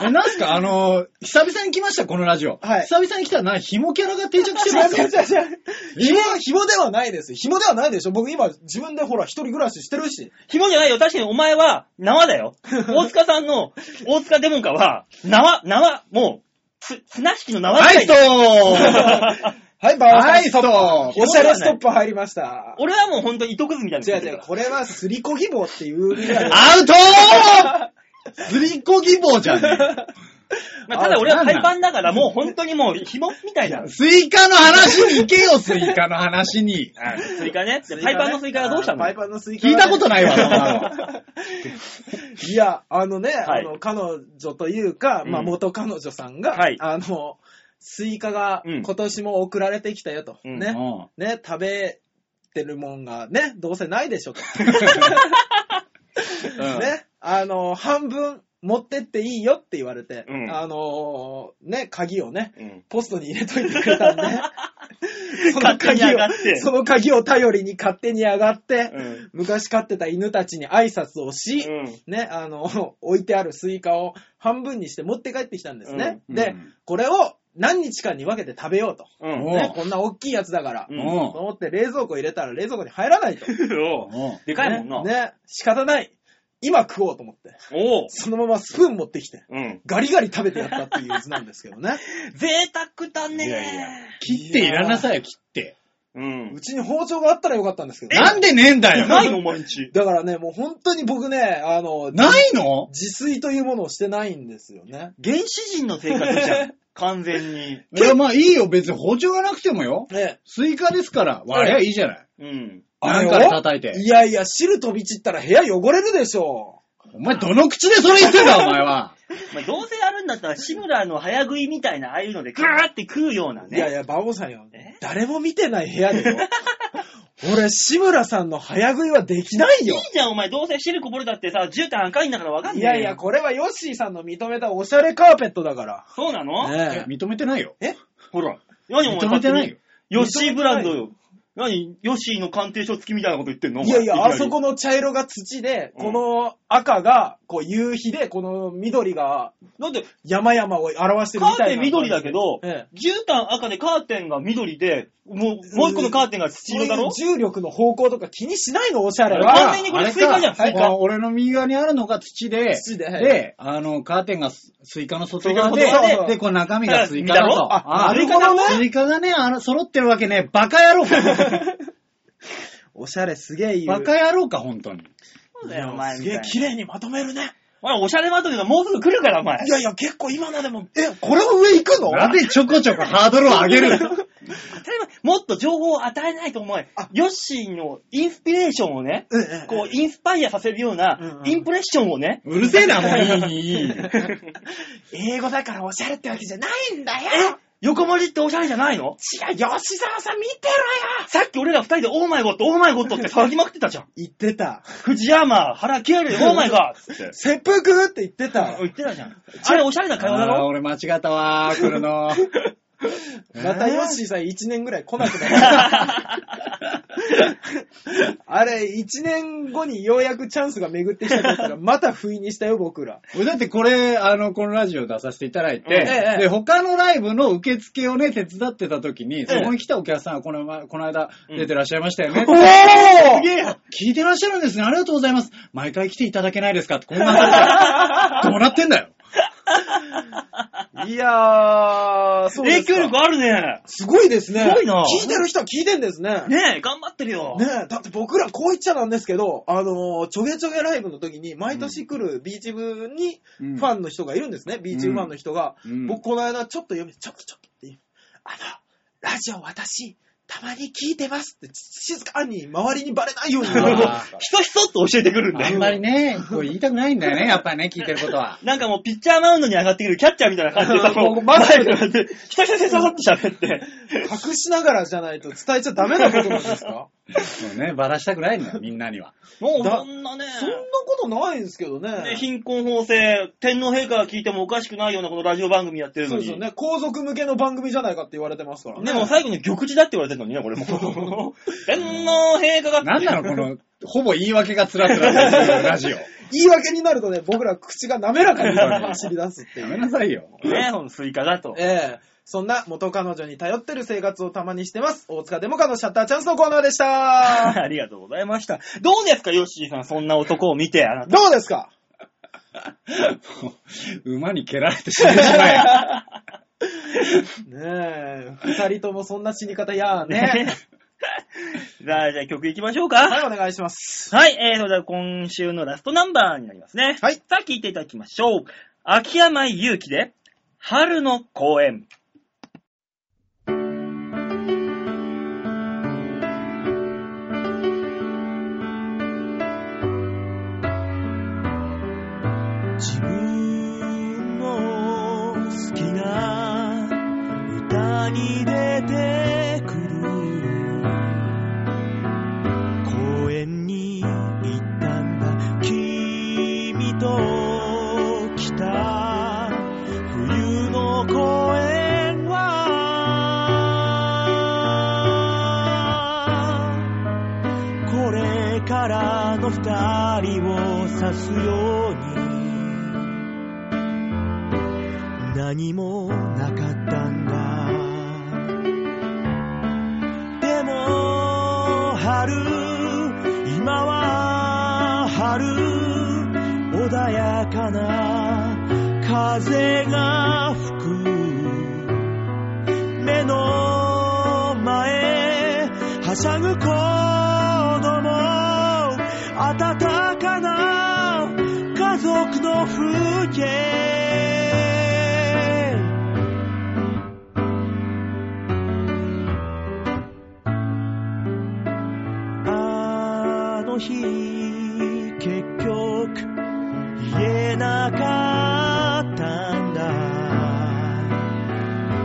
え、なんすかあのー久々に来ました、このラジオ。はい久々に来たら何、紐キャラが定着して違まうす違うか違う紐、紐ではないです。紐ではないでしょ。僕今自分でほら一人暮らししてるし。紐じゃないよ。確かにお前は、縄だよ。大塚さんの、大塚デモンカは、縄、縄、もう、つ、綱引きの縄みはたい、いストーはい、バオさんはい、ストーおしゃれストップ入りました。 俺はもう本当に糸くずみたいな。違う違う、これはすりこぎ棒っていうぐらいアウト ーすりこぎ棒じゃねまあ、ただ俺はあな海んなんパンだから、もう本当にもう紐みたいな え。。スイカの話に行けよ、スイカの話に。スイカね。でパイパンのスイカがどうしたのパイパンのスイカは聞ね、いたことないわ、そんなの。 いや、あのね、はいあの、彼女というか、まあ、うん元彼女さんが、はいあの、スイカがうん今年も送られてきたよと。うんね。うんね、食べてるもんがね、どうせないでしょと。ね、あの、半分持ってっていいよって言われて、うんあの、ね、鍵をね、うん。ポストに入れといてく れたんで、その勝手に鍵上をがって、その鍵を頼りに勝手に上がって、うん昔飼ってた犬たちに挨拶をし、うんね、あの、 置いてあるスイカを半分にして持って帰ってきたんですね。うんうでん、これを何日間に分けて食べようと。うん。おね、こんな大きいやつだから、ううんん。と思って冷蔵庫入れたら冷蔵庫に入らないと。おうでかいもんな。ねね、仕方ない。今食おうと思って。おうそのままスプーン持ってきて、うん。ガリガリ食べてやったっていう図なんですけどね。贅沢だいやいねや切っていらなさいよ、切って。うんう。ちに包丁があったらよかったんですけど、なんでねえんだよ。ないの、毎日。だからね、もう本当に僕ね、あの、ないの自炊というものをしてないんですよね。原始人の生活じゃ ん。完全に。いや、まあいいよ、別に包丁がなくてもよ。ね。スイカですから、割りゃいいじゃない。うん。あんから叩いていやいや、汁飛び散ったら部屋汚れるでしょお前、どの口でそれ言ってんだ、お前は。まあ、どうせやるんだったら、志村の早食いみたいな、ああいうので、ガーって食うようなね。いやいや、バオさんよえ。誰も見てない部屋でよ。俺、志村さんの早食いはできないよいい。じゃん、お前。どうせ汁こぼれたってさ、絨毯赤いんだからわかんないいやいや、これはヨッシーさんの認めたおしゃれカーペットだかそうなの、ら。いねや認めてないよ。ほら。何お前認めてないよ。ヨッシーブランドよ。何ヨッシーの鑑定書付きみたいなこと言ってんのおい前やいや、あきなりそこの茶色が土で、うんこの赤が、こう、夕日で、この緑が、なんで、山々を表してるカみたーテいな。ン緑だけど、ええ、絨毯赤でカーテンが緑で、もう、もう一個のカーテンが土色だろそういう重力の方向とか気にしないの、おしゃれあれは。完全にこれスイカじゃんあれスイかカ俺の右側にあるのが土で、土でで、あの、カーテンがススイカの外側スイでカの外側、でで、この中身がスイカだだろと。あなあるほどねスイカがね、あの、揃ってるわけね、バカ 野郎か。おしゃれすげえ言う。バカ野郎か、本当に。そういだよ、おや前すみげたいえな。綺麗にまとめるね。お前、おしゃれまとめがもうすぐ来るから、お前。いやいや、結構今のでも、え、これも上行くのなんでちょこちょこハードルを上げ るの当たり前もっと情報を与えないと思えあ。ヨッシーのインスピレーションをね、うんうんうんこう、インスパイアさせるよううんなう、んインプレッションをね。うるせえな、もういい、いい。 英語だからおしゃれってわけじゃないんだよえ横文字っておしゃれじゃないの違う、吉沢さん見てろよさっき俺ら二人でオーマイゴット、オーマイゴットって騒ぎまくってたじ ゃん。言ってた。藤山、原キエル、オーマイガーっつって。切腹って言ってた。言ってたじゃん。あれおしゃれな会話だあーろ俺間違ったわー、来るの。またヨッシーさん1年ぐらい来なくな った。あれ、1年後にようやくチャンスが巡ってきたと思ったら、また不意にしたよ、僕ら。俺 だってこれ、あの、このラジオ出させていただいて、ええで、他のライブの受付をね、手伝ってた時に、そこに来たお客さんはこの前、この間出てらっしゃいましたよね。おすげえよ聞いてらっしゃるんですね。ありがとうございます。毎回来ていただけないですかって、こんな話どうなってんだよ。いやー、そう影ですか響力あるね。すごいですね。すごいな聞いてる人は聞いてんですね。ねねえ、頑張ってるよ。え、だって僕らこう言っちゃなんですけど、あのーちょげちょげライブの時に、毎年来るビーチ部にうんファンの人がいるんですね、ビーチ部ファンの人が。うん僕この間ちょっと読み、ちょっとちょっとって言う、あの、ラジオ私、たまに聞いてますって、静かに周りにバレないように言われるんであ すーかひそひそっと教えてくるんだあんよ。まりね、これ言いたくないんだよね、やっぱりね、聞いてることは。なんかもうピッチャーマウンドに上がってくるキャッチャーみたいな感じでさ、こここう、ま前だに上がって、ひたひたひたひたって喋って。隠しながらじゃないと伝えちゃダメなことなんです かもうね、ばらしたくないんだよ、みんなには。もうだそんなね、そんなことないんですけどね。ね貧困法制、天皇陛下が聞いてもおかしくないようなこのラジオ番組やってるそのうに。ですよね。皇族向けの番組じゃないかって言われてますからね。でも最後に玉地だって言われてるのにね、これもう。天皇陛下が。なんなの、この、ほぼ言い訳がつらつらというラジオ。言い訳になるとね、僕ら口が滑らか に走り出すっていやめう。なさ いよ。ね、そのスイカだと。ええそんな元彼女に頼ってる生活をたまにしてます。大塚デモカのシャッターチャンスのコーナーでした。 ありがとうございました。どうですか、ヨッシーさん、そんな男を見て、あなた。どうですかもう馬に蹴られて死んでしまえよ。ねえ、二人ともそんな死に方や ーね。じゃあ、じゃあ曲いきましょうはい、か。お願いします。はい、えー、それでは今週のラストナンバーになりますね。はいさあ、聴いていただきましょう。秋山祐希で、春の公園。自分の好きな間に出てくる公園に行ったんだ君と来た冬の公園はこれからの二人を指すように何もなかったんだでも春今は春穏やかな風が吹く目の前はしゃぐ子供暖かな家族の風景あの日結局言えなかったんだ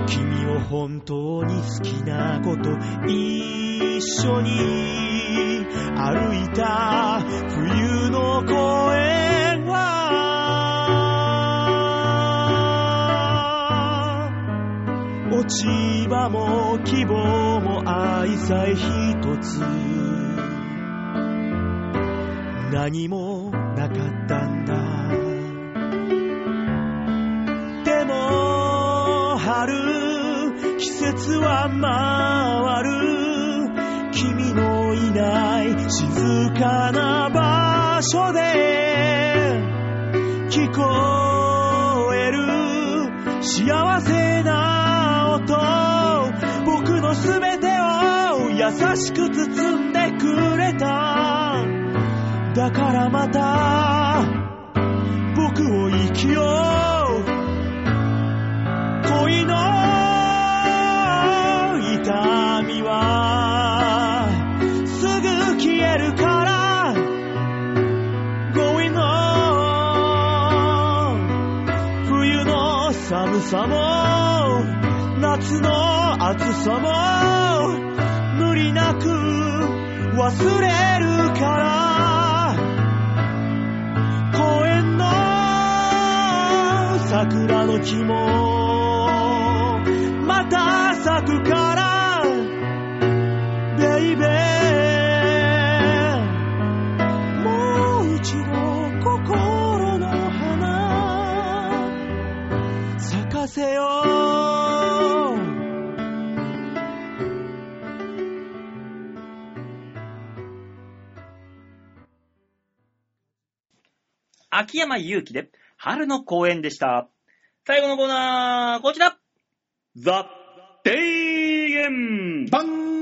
君を本当に好きなこと一緒に歩いた冬の公園は落ち葉も希望も愛さえ一つ何もなかったんだでも春季節は回る君のいない静かな場所で聞こえる幸せな音僕のすべてを優しく包んでくれただからまた僕を生きよう恋の痛みはすぐ消えるから Going on 冬の寒さも夏の暑さも無理なく忘れるから公園の桜の木もまた咲くからベイベーもう一度心の花咲かせよう秋山祐希で、春の公園でした。最後のコーナー、こちらザ・提言バン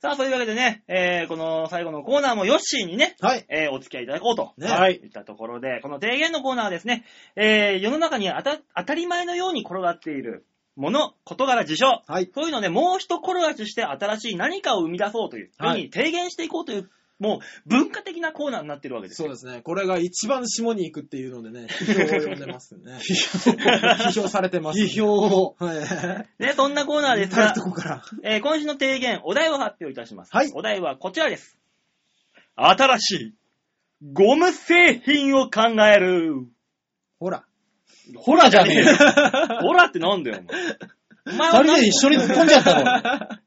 さあ、そういうわけでね、えー、この最後のコーナーもヨッシーにね、はい。えー、お付き合いいただこうと。ねはい。いったところで、この提言のコーナーはですね、えー、世の中にあた当たり前のように転がっているもの、事柄、事象。はい。そういうので、もう一転がしして新しい何かを生み出そうという、はいふうに提言していこうという、もう文化的なコーナーになってるわけですそうよ。ですね。これが一番下に行くっていうので ね、批評を呼んでますね。批評されてます、批。評を。 はい。ね、そんなコーナーです至がると、こから。えー今週の提言、お題を発表いたします。はいお題はこちらです。新しいゴム製品を考える。ほら。ホラじゃねえよ。ほらってなんだよ、お前。お前二は 人で一緒に突っ込んじゃった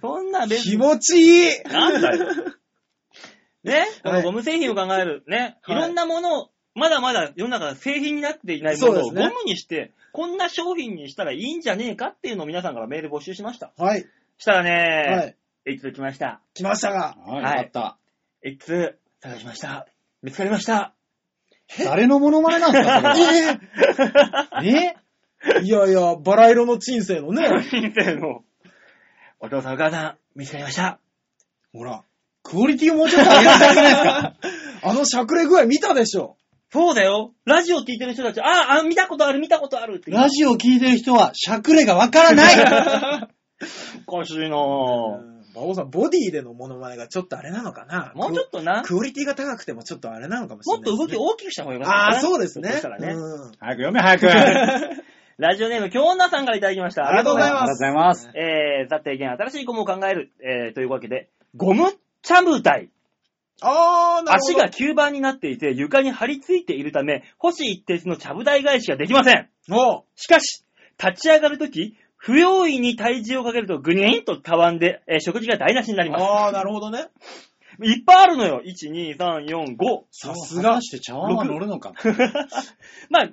そんな別気に。持ちいいなんだよ。ね、こはのいゴム製品を考える。ね、いはいろんのものを、まだまだ世の中が製品になっていないものをゴそうムですねにして、こんな商品にしたらいいんじゃねえかっていうのを皆さんからメール募集しました。はい。したらはね、い。い、つ来ました。来ましたが。の。はいはい、よかっいつ探しました。見つかりました。た。誰のモノマネなんですかそれえ いやいや、バラ色の人生のね。人生の、お父さんお母さん、見つかりました。ほら。クオリティをもうちょっと上げなきゃいけないで すかあのしゃくれ具合見たでしょ。そうだよ。ラジオ聞いてる人たち、ああ、見たことある、見たことあるって。ラジオ聞いてる人は、しゃくれがわからないおかしいなぁ。馬王さん、ボディでのモノマネがちょっとあれなのかなもうちょっとな。クオリティが高くてもちょっとあれなのかもしもれっないとですね、動き大きくした方がよかったかな。ああ、そうですひょっとねしたら。ねうん早く読め、早く。 ラジオネーム、京女さんからいただきました。ありがとうございますありがとうございます。えー、さて、現新しいゴムを考える、えー、というわけで、ゴムチャム隊。あー、なるほ足ど。が吸盤になっていて、床に張り付いているため、星一徹のちゃぶ台返しができません。おうしかし、立ち上がるとき、不用意に体重をかけるとグニーンとたわんで、えー食事が台無しになります。あー、なるほどね。いっぱいあるのよ。1、2、3、4、5。さすが果た。して茶碗は乗るのか。まあ、普通に乗るん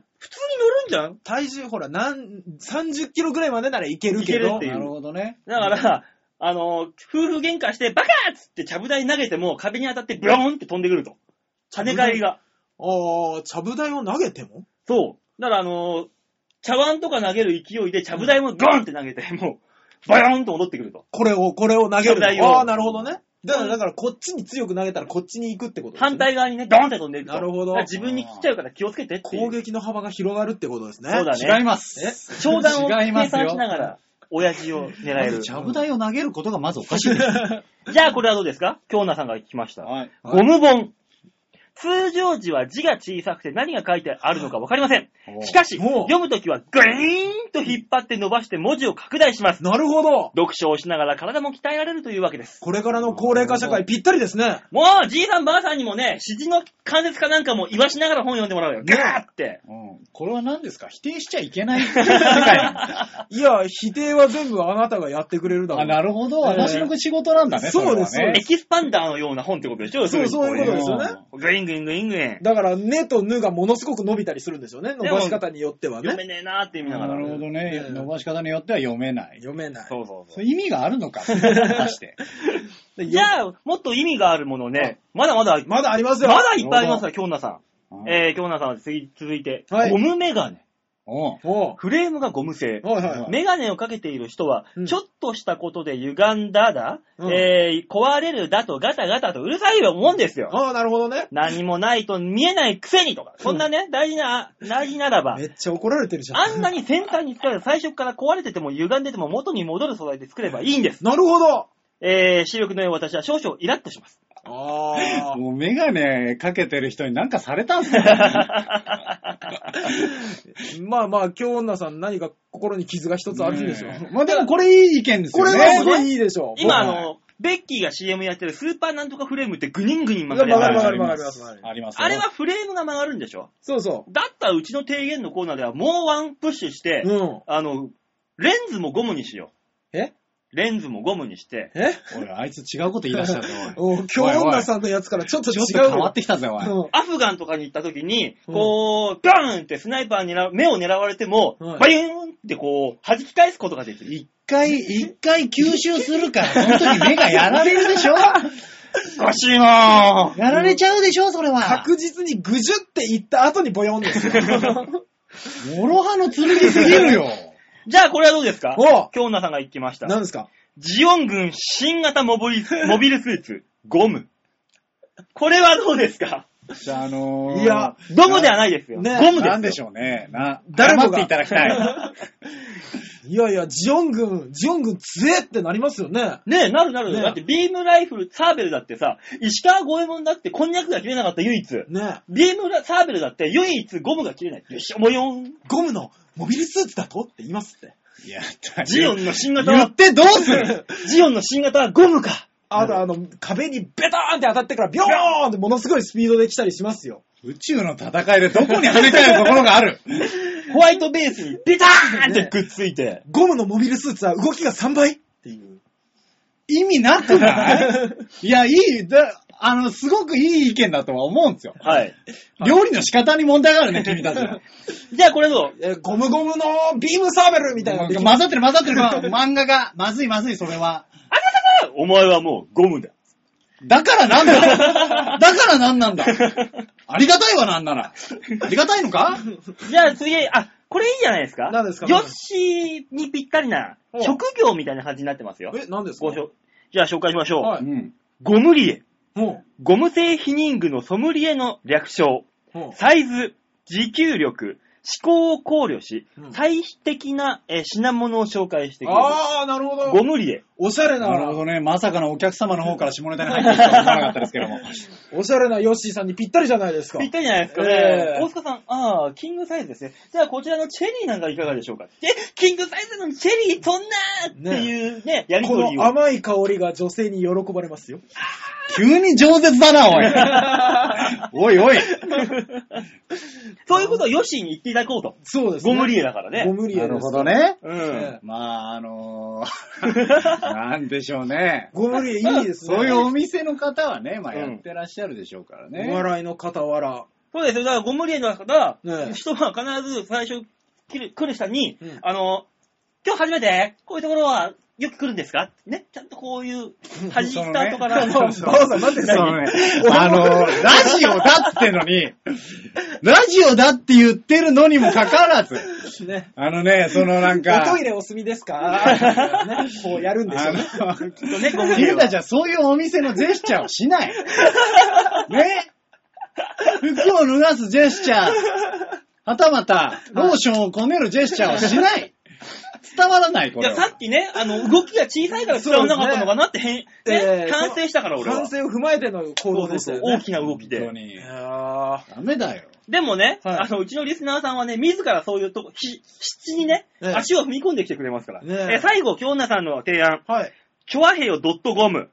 じゃん体重、ほら、なん、30キロぐらいまでならいけるいけけどるって。いうなるほどね。だから、あの、夫婦喧嘩して、バカっつってちゃぶ台投げても、壁に当たってブローンって飛んでくると。跳ね返りが。あー、ちゃぶ台を投げてもそう。だから、あのー茶碗とか投げる勢いで、ちゃぶ台もゴンって投げて、もう、バヨーンと戻ってくると。これを、これを投げるちゃぶ台の。をあー、なるほどね。だから、だから、こっちに強く投げたらこっちに行くってことですね反対側にね、ドーンって飛んでいくと。なるほどだから自分に来ちゃうから気をつけてっていう。攻撃の幅が広がるってことですね。そうだね。違います。商談を違いま計すよ算しながら、親父を狙える。ちゃぶ台を投げることがまずおかしいです。じゃあこれはどうですか京奈さんが来ました。はい。ゴム本。通常時は字が小さくて何が書いてあるのかわかりません。しかし、おう読むときはグイーンと引っ張って伸ばして文字を拡大します。なるほど。読書をしながら体も鍛えられるというわけです。これからの高齢化社会ぴったりですね。もう、じいさんばあさんにもね、指示の関節かなんかも言わしながら本読んでもらうよ。ガーって。うんこれは何ですか否定しちゃいけない世界なんだいや、否定は全部あなたがやってくれるだろあう。なるほど。私の仕事なんだね。そうれはねですそうエキスパンダーのような本ってことでしょそうそういうことですよね。グイングイングイングイン。だから、根とぬがものすごく伸びたりするんですよね。伸ばし方によっては読ね。めねえなーって意味ながなら。るほどねう。ん伸ばし方によっては読めない。読めない。そうそうそそういう意味があるの か、果たして。う。じゃあ、もっと意味があるものね、まだまだ、ままだありますよ。だいっぱいありますから、京奈さん。ええー、京奈さんは次、続いて、はいゴムメガネ。おうおうフレームがゴム製。はいはい。メガネをかけている人は、うんちょっとしたことで歪んだだ、うんえー壊れるだとガタガタとうるさいよ思うんですよ。ああ、なるほどね。何もないと見えないくせにとか、そんなね、大事な、大事ならばめ、っちゃ怒られてるじゃん。あんなに先端に使える最初から壊れてても歪んでても元に戻る素材で作ればいいんです。なるほど。えー、視力の良い私は少々イラッとします。あ もうメガネかけてる人に何かされたんす かーまあまあ、京女さん何か心に傷が一つあるんですよ。ねえまあでもこれいい意見ですこよれね。はすごいいいでしょう。今、あはの、ベッキーが CM やってるスーパーなんとかフレームってグニングニン曲曲ががるるややつつああるるじゃん曲がる曲がる曲がるありますよあれはフレームが曲がるんでしょそうそだったらうちの提言のコーナーではもうワンプッシュして、う。うん。あの、レンズもゴムにしよえう。レンズもゴムにして、えおい、あいつ違うこと言い出したぞ、 おい。おう京女さんのやつからちょっとち違ょうっと変わってきたぜ、おい。うんアフガンとかに行った時に、うんこう、ガーンってスナイパーにな目を狙われても、はいバイーンってこう、弾き返すことができる。一回、一回吸収するから、 その時目がやられるで しょやおかしいなぁ。られちゃうでしょ、それは。確実にぐじゅって言った後にボヨンです よ。もろ刃の剣すぎるよ。じゃあこれはどうですかおう京奈さんが言ってました。何ですかジオン軍新型モビル モビルスーツ、ゴム。これはどうですかじゃあ、あのー、いや、ゴムではないですよ。ねゴムですよ。なんでしょうね。な、誰も黙がっていただき たい。いやいや、ジオン軍、ジオン軍強えってなりますよね。ねえ、なるなる。ねえだって、ビームライフル、サーベルだってさ、石川五右衛門だって、こんにゃくが切れなかった、唯一。ねビームラ、サーベルだって、唯一ゴムが切れない。よし、もよん。ゴムのモビルスーツだとって言いますって。いや、大変ジオンの新型言はっ、てどうするジオンの新型はゴムか。あとあの、壁にベターンって当たってからビョーンってものすごいスピードで来たりしますよ。宇宙の戦いでどこに跳ね返るところがあるホワイトベースにベターンって くっついて。ゴムのモビルスーツは動きが3倍っていう。意味なくない いや、いい、だあの、すごくいい意見だとは思うんですよ。はい。料理の仕方に問題があるね、君たち は。じゃあ、これどう えーゴムゴムのビームサーベルみたいなのできま混ざってる混ざってる漫画が。まずいまずい、それあは。お前はもうゴ ムだ。だからなん だだからなんなんだありがたいわ、なんなら。ありがたいのかじゃあ、次、あ、これいいじゃないですか。何ですかヨッシーにぴったりな、お職業みたいな感じになってますよ。え、何ですかご紹じゃあ、紹介しましょう。はうい。ん。ゴムリエ。もゴム製避妊具のソムリエの略称。う、もう、サイズ、持久力、考を考慮しう、ん最適な、えー品物を紹介してくれる。ああ、なるほゴど。ムリエ。おしゃれなな、るほどね。まさかのお客様の方から下ネタに入ってるとは思わなかったですけども。おしゃれなヨッシーさんにぴったりじゃないですか。ぴったりじゃないですかね。ええ大塚さん、ああ、キングサイズですね。じゃあこちらのチェリーなんかいかがでしょうかえ、キングサイズのチェリーそんなっていうね、やりとこりのを。甘い香りが女性に喜ばれますよ。急に饒舌だな、おい。おいおい。そういうことをヨッシーに言っていただこうと。そうですね。 ゴムリエだからゴね。 ムリエでなす。るほどね。うん。まあ、あの ーなんでしょうね。ゴムリエいいですね。そういうお店の方はね、まあやってらっしゃるでしょうからね。お笑いの傍ら。そうですよ。だからゴムリエだから、ね人は必ず最初来る来る人に、うんあの、今日初めて、こういうところはよく来るんですかね、ちゃんとこういう、恥じたとかな、そうねそそううそう そうそうね。あの、ラジオだってのに、ラジオだって言ってるのにもかかわらず、ね。あのね、そのなんおか、トイレお済みですか ねこうやるんでしょあうね。の、ね ゴムリエ君はたちはそういうお店のジェスチャーをし ない。ね服を脱がすジェスチャー、はたまた、ローションをこねるジェスチャーをしない。伝わらない、こいれや、は。さっきね、あの、動きが小さいから伝わらなかったのかなって、変、ねえ、え反省したから俺は。反省を踏まえての行そ動うそでうしたそうよ大ね。きな動き本で当。にい。やダメだよ。でもね、はいあの、うちのリスナーさんはね、自らそういうとこ、ひ、質にね、ええ足を踏み込んできてくれますから。ねええ最後、京奈さんの提案、ーはい。チョアヘヨ .com。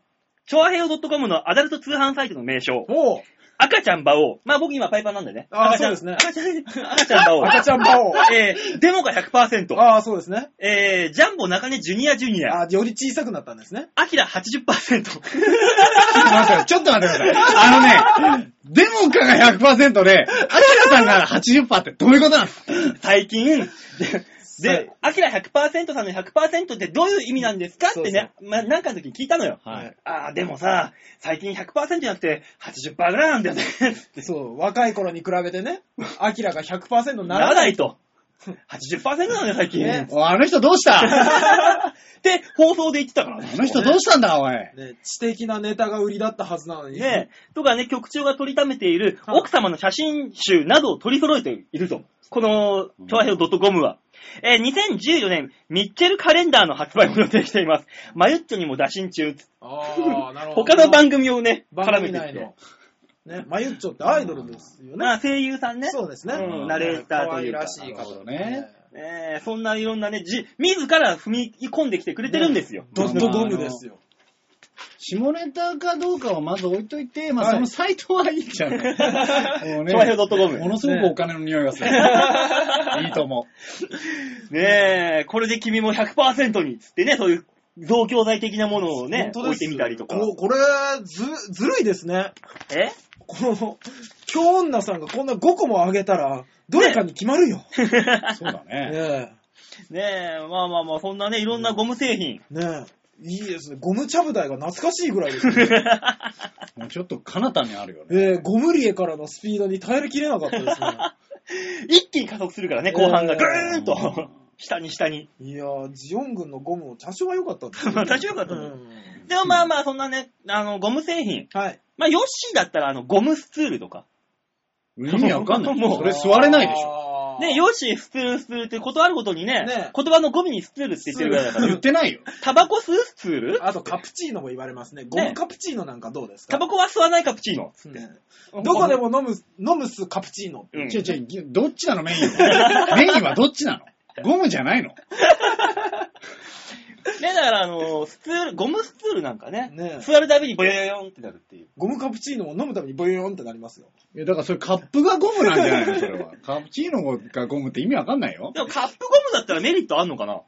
チョアヘヨ .com のアダルト通販サイトの名称。おう赤ちゃん馬王。まあ僕今パイパンなんでね。あー赤ちゃんそうで赤ちゃん、赤ちゃん馬王。 赤ちゃん魔 王。えー、デモが100%。ああ、そうですね。えー、ジャンボ中根ジュニアジュニア。ああ、より小さくなったんですね。アキラ80%。ちょっと待って、ちょっと待ってください。あのね、デモカが100%で、アキラさんが80%ってどういうことなんですか最近、で、はでい、アキラ100%さんの100%ってどういう意味なんですかってね、まあ、なんかの時に聞いたのよ。はいああ、でもさ、最近100%じゃなくて80%ぐらいなんだよね。そう、若い頃に比べてね、アキラが100%にななららなないい。 と。80%なんだよ、最近。ねおいあの人どうしたあって、放送で言ってたからね。の人どうしたんだ、おい。ね、知的なネタが売りだったはずなのに。ねとかね、局長が取りためているはい奥様の写真集などを取り揃えていると。この、トワヘオ .com は。えー2014年、ミッチェルカレンダーの発売を予定しています。マユッチョにも打診中。ああ、なるほど。他の番組をね、絡番めて組き内ての。。ね、マユッチョってアイドルですよね。まあ、声優さんね。そうですね。うんナレーターというか可愛らしい方なるほどね。えーそんないろんなね、じ、自ら踏み込んできてくれてるんです よ。ドットゴムですよ。下ネタかどうかはまず置いといて、まあ、はいそのサイトはいいんじゃない、もうチョアヘオ .com ものすごくお金の匂いが する。いいと思ねえ、これで君も100%に、つってね、そういう、増強剤的なものをね本、当置でいすてみたりとか。ここれ、ず、ずるいですね。えこの、京女さんがこんな5個もあげたら、どれかに決まるよ。う。そうだねね。え。ねえ、まあまあまあ、そんなね、いろんなゴム製品。 ねえ。いいですね。ゴムちゃぶ台が懐かしいぐらいですね。 もうちょっと彼方にあるよね。ええゴムリエからのスピードに耐えるきれなかったで すね。一気に加速するからね、後半がえーぐーんと、下に下 に。いやー、ジオン軍のゴムも多少は良かったんです まあ、多少よかったうと思う。んでもまあまあ、そんなね、あの、ゴム製品。はい。まあ、ヨッシーだったら、あの、ゴムスツールとか。意味わかんない。もうそれ座れないでしょ。ょね、ヨッシー、スツール、スツールって断るごとにね、ね言葉のゴミにスツールって言ってるぐらいだか言らっ、てないよ。タバコ吸うスツールあとカプチーノも言われますね。ゴムカプチーノなんかどうですか、タバコは吸わないカプチーノ。ねどこでも。も飲む、飲むすカプチーノ。うん違う違う、どっちなのメインは。メインはどっちなのゴムじゃないのね、だから、あの、スツール、ゴムスツールなんかね、ね座るたびにボヨヨヨンってなるっていう。ゴムカプチーノを飲むためにボヨヨンってなりますよ。いや、だからそれカップがゴムなんじゃないのそれは。カプチーノがゴムって意味わかんないよ。でも、カップゴムだったらメリットあんのかな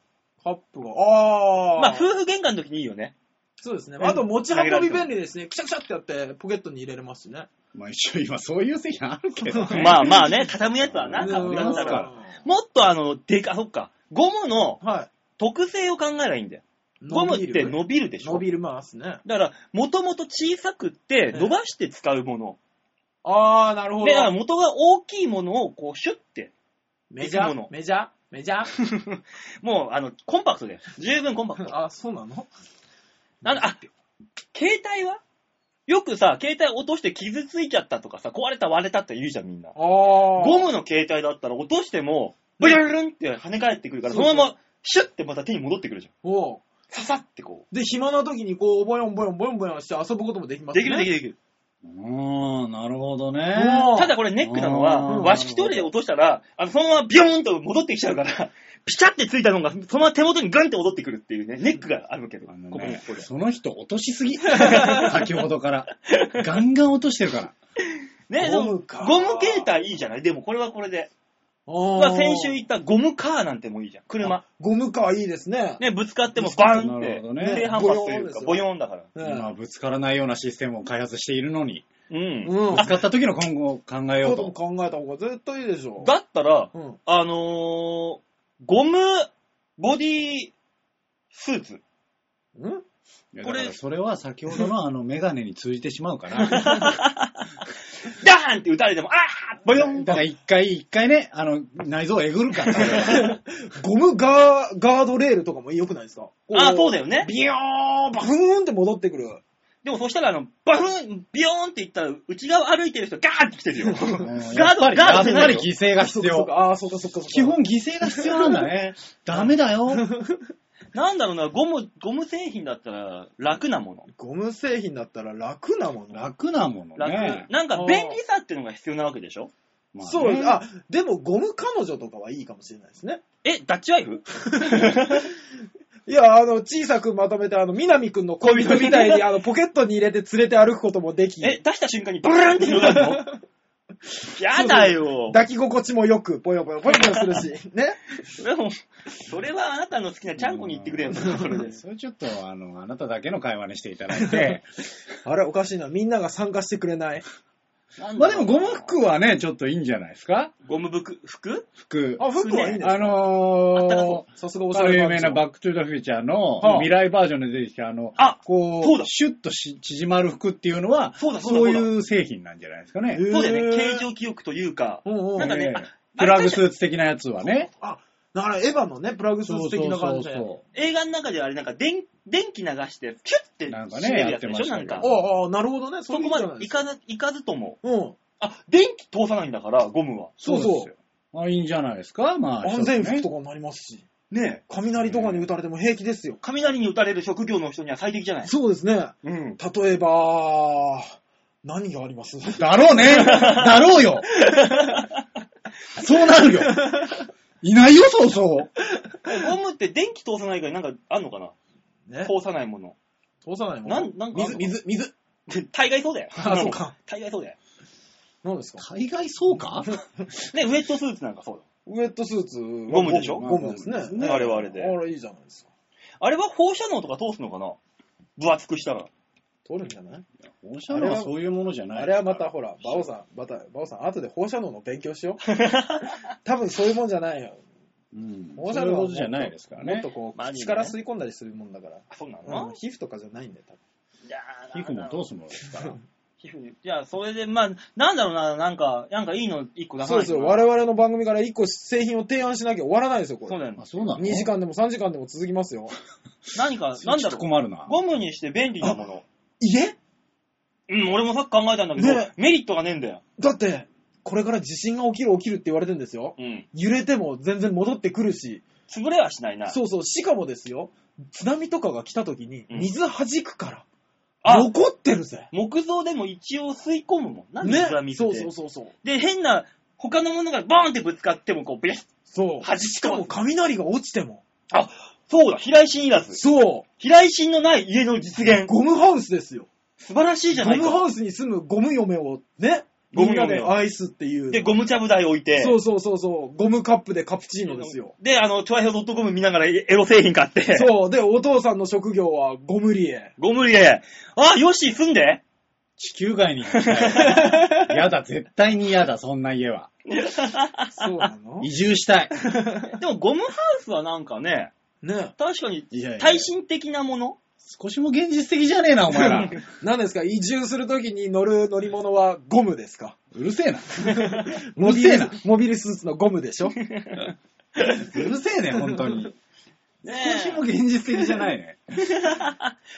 カップが。あー。まあ、夫婦喧嘩の時にいいよね。そうですね。うんあと持ち運び便利ですね。くしゃくしゃってやってポケットに入れれますしね。まあ一応今そういう製品あるけど ね。まあまあね、畳むやつはな、んカかップあだりっまたすら。かもっとあの、でか、そっか、ゴムのはい。特性を考えればいいんだよ。ゴムって伸びるでしょ伸びるますね。だから、もともと小さくって、伸ばして使うもの。あー、なるほで、だからど。元が大きいものを、こう、シュッて。メジャいくものー、メジャー、メジャー。もう、あの、コンパク トだよ。十分コンパクト。あ、そうなのなんだ、あ、携帯はよくさ、携帯落として傷ついちゃったとかさ、壊れた割れたって言うじゃん、みんな。ああ。ゴムの携帯だったら落としても、ブルルルンって跳ね返ってくるから、そそうそうのまま、シュッてまた手に戻ってくるじゃん。おうささってこで、暇な時にこう、ボヨンボヨンボヨンボヨンして遊ぶこともできう。ますできね。るできるできる。うん、なるほどうね。んただこれネックなのは、うん和式トイレで落としたら、あの、そのままビヨーンと戻ってきちゃうから、ピチャってついたのが、そのまま手元にグンって戻ってくるっていうね、ネックがあるけど、こあのねこにこれ。その人落としすぎ。先ほどから。ガンガン落としてるから。ね、でもゴムかゴム携帯いいじゃないでもこれはこれで。おうまあ先週言ったゴムカーなんてもいいじゃん。車。ゴムか、いいですね。ね、ぶつかってもバンっなてるほど、ね正反発というか、ボボヨーンだから。今ぶつからないようなシステムを開発しているのに、うん。うん。ぶつかった時の今後を考えようこともと。考えた方が絶対いいでしょ。だったら、うん。あのー、ゴムボディスーツ。うんいやこれだからそれは先ほどのあのメガネに通じてしま うから。ダーンって打たれても、あーボヨーンだから一回、一回ね、あの、内臓をえぐる からそれは。ゴムガー、ガードレールとかも良くないですかあーそうだよ。よね。ビヨーン、バフーンって戻ってくる。でもそしたら、あの、バフン、ビヨーンっていったら、内側歩いてる人ガーンって来て るよ。ガうんやーっド、ぱり、ガやードっじゃぱないりよ。犠牲がそっかそっ必要か。ああ、そっかそっかそっか。基本犠牲が必要なんだ ね。ダメだよ。なんだろうな、ゴム、ゴム製品だったら楽なもの。ゴム製品だったら楽なもの。楽なもの楽。ね。なんか便利さっていうのが必要なわけでしょまあねそう、あ、でもゴム彼女とかはいいかもしれないですね。え、ダッチワイ フいや、あの、小さくまとめて、あの、南くんの恋人みたいに、あの、ポケットに入れて連れて歩くこともでき、え、出した瞬間にブルーンって広がるの やだ よ。抱き心地もよく、ぽよぽよぽよぽよするし、ね。それはもうそれはあなたの好きなちゃんこに言ってくれよ、それで。それちょっと、あの、あなただけの会話にしていただ いて。あれ、おかしいな。みんなが参加してくれない。まあでも、ゴム服はね、ちょっといいんじゃないですかゴム服服服。あ、服はいいんですあかあったかのそさすがおー、しゃあのれ有番名長なバックトゥーザフューチャーのはあ未来バージョンで出てきた、あの、あこそうう、だシュッとし縮まる服っていうのは、そうだそうだそうだいう製品なんじゃないですかね。そうだよね、へー形状記憶というか、うんうんうんなんかね、ええあプラグスーツ的なやつはね。あ、だからエヴァのね、プラグスーツ的な感じで。そ映画の中ではあれなんか電電気流して、キュッてなんかね閉めるやつでしょ、やなってましたんけどか。ああ、なるほどね。そこまでいかず、いかずとも。うん。あ、電気通さないんだから、ゴムは。そうそうですそうよ。あ、いいんじゃないですかまあ。安全服とか。かになりますし、ねえ。雷とかに打たれても平気ですよ。雷に打たれる職業の人には最適じゃない。そうですね。うん。例えば、何がありますだろ うねだろうよそうなるよいないよ、そうそう。ゴムって電気通さないからなんかあんのかなね。通さないもの。通さないもん。なん、なんかあんの水、水、水。大概そうだよ。あそうか。大概そうだよ。何ですか海外そうかね、ウェットスーツなんかそうウェットスーツ。ゴゴムでしょゴムですね。ねあれはあれであれいいじゃないですか。だ。あれは放射能とか通すのかな分厚くしたら。取るんじゃない放射能はそういうものじゃない。あれはまたほら、バオさん、また、バオさん、後で放射能の勉強しよう。 多分そういうもんじゃないよ。うん、放そ射う能いうはもっこととじゃないですからもっねと。こう、マジでね口から吸い込んだりするもんだから。あ、そうなうんの皮膚とかじゃないんだよ、多分。いや皮膚も通すものですから。皮膚いや、それで、まあ、なんだろうな、なんか、なんかいいの一個出さそうないですよ。とな我々の番組から一個製品を提案しなきゃ終わらないですよ、こそうれ。だよねあ、。そうなの2時間でも3時間でも続きま すよ。何か、ちなょんだっろとう。困るな。ゴムにして便利なもの。家うん、俺もさっき考えたんだけど、ねメリットがねえんだよ。だって、これから地震が起きる起きるって言われてるんですよ。うん。揺れても全然戻ってくるし、潰れはしないな。そうそう、しかもですよ、津波とかが来た時にうん水弾くから、あ残ってるぜ。木造でも一応吸い込むもん。なんでねそれは水そで。うそうそうそう。で、変な、他のものがボーンってぶつかっても、こう、ビャッそ弾う。き飛ばすしかも雷が落ちても。あ、そうだ、飛来心いらず。そ飛来心のない家の実う。現。ゴムハウスですよ。素晴らしいじゃゴないムハか。ウスに住むゴム嫁をね、ゴみムんな嫁をで愛すっていう。で、ゴムちゃぶ台置いて。そうそうそうそう。ゴムカップでカプチーノですよ。で、あの、チョアヘオ .com 見ながらエロ製品買って。そう。で、お父さんの職業はゴムリエ。ゴムリレー。あ、ヨッシー住んで。地球外に行きた い。やだ、絶対に嫌だ、そんな家は。そうなの移住したい。でも、ゴムハウスはなんかね、ね確かにいやいや耐震的なもの少しも現実的じゃねえな、お前ら。何ですか移住するときに乗る乗り物はゴムですか うるせえな。うモるビせえルな。 モビルスーツのゴムでしょうるせえね、本当に。ね少しも現実的じゃないね。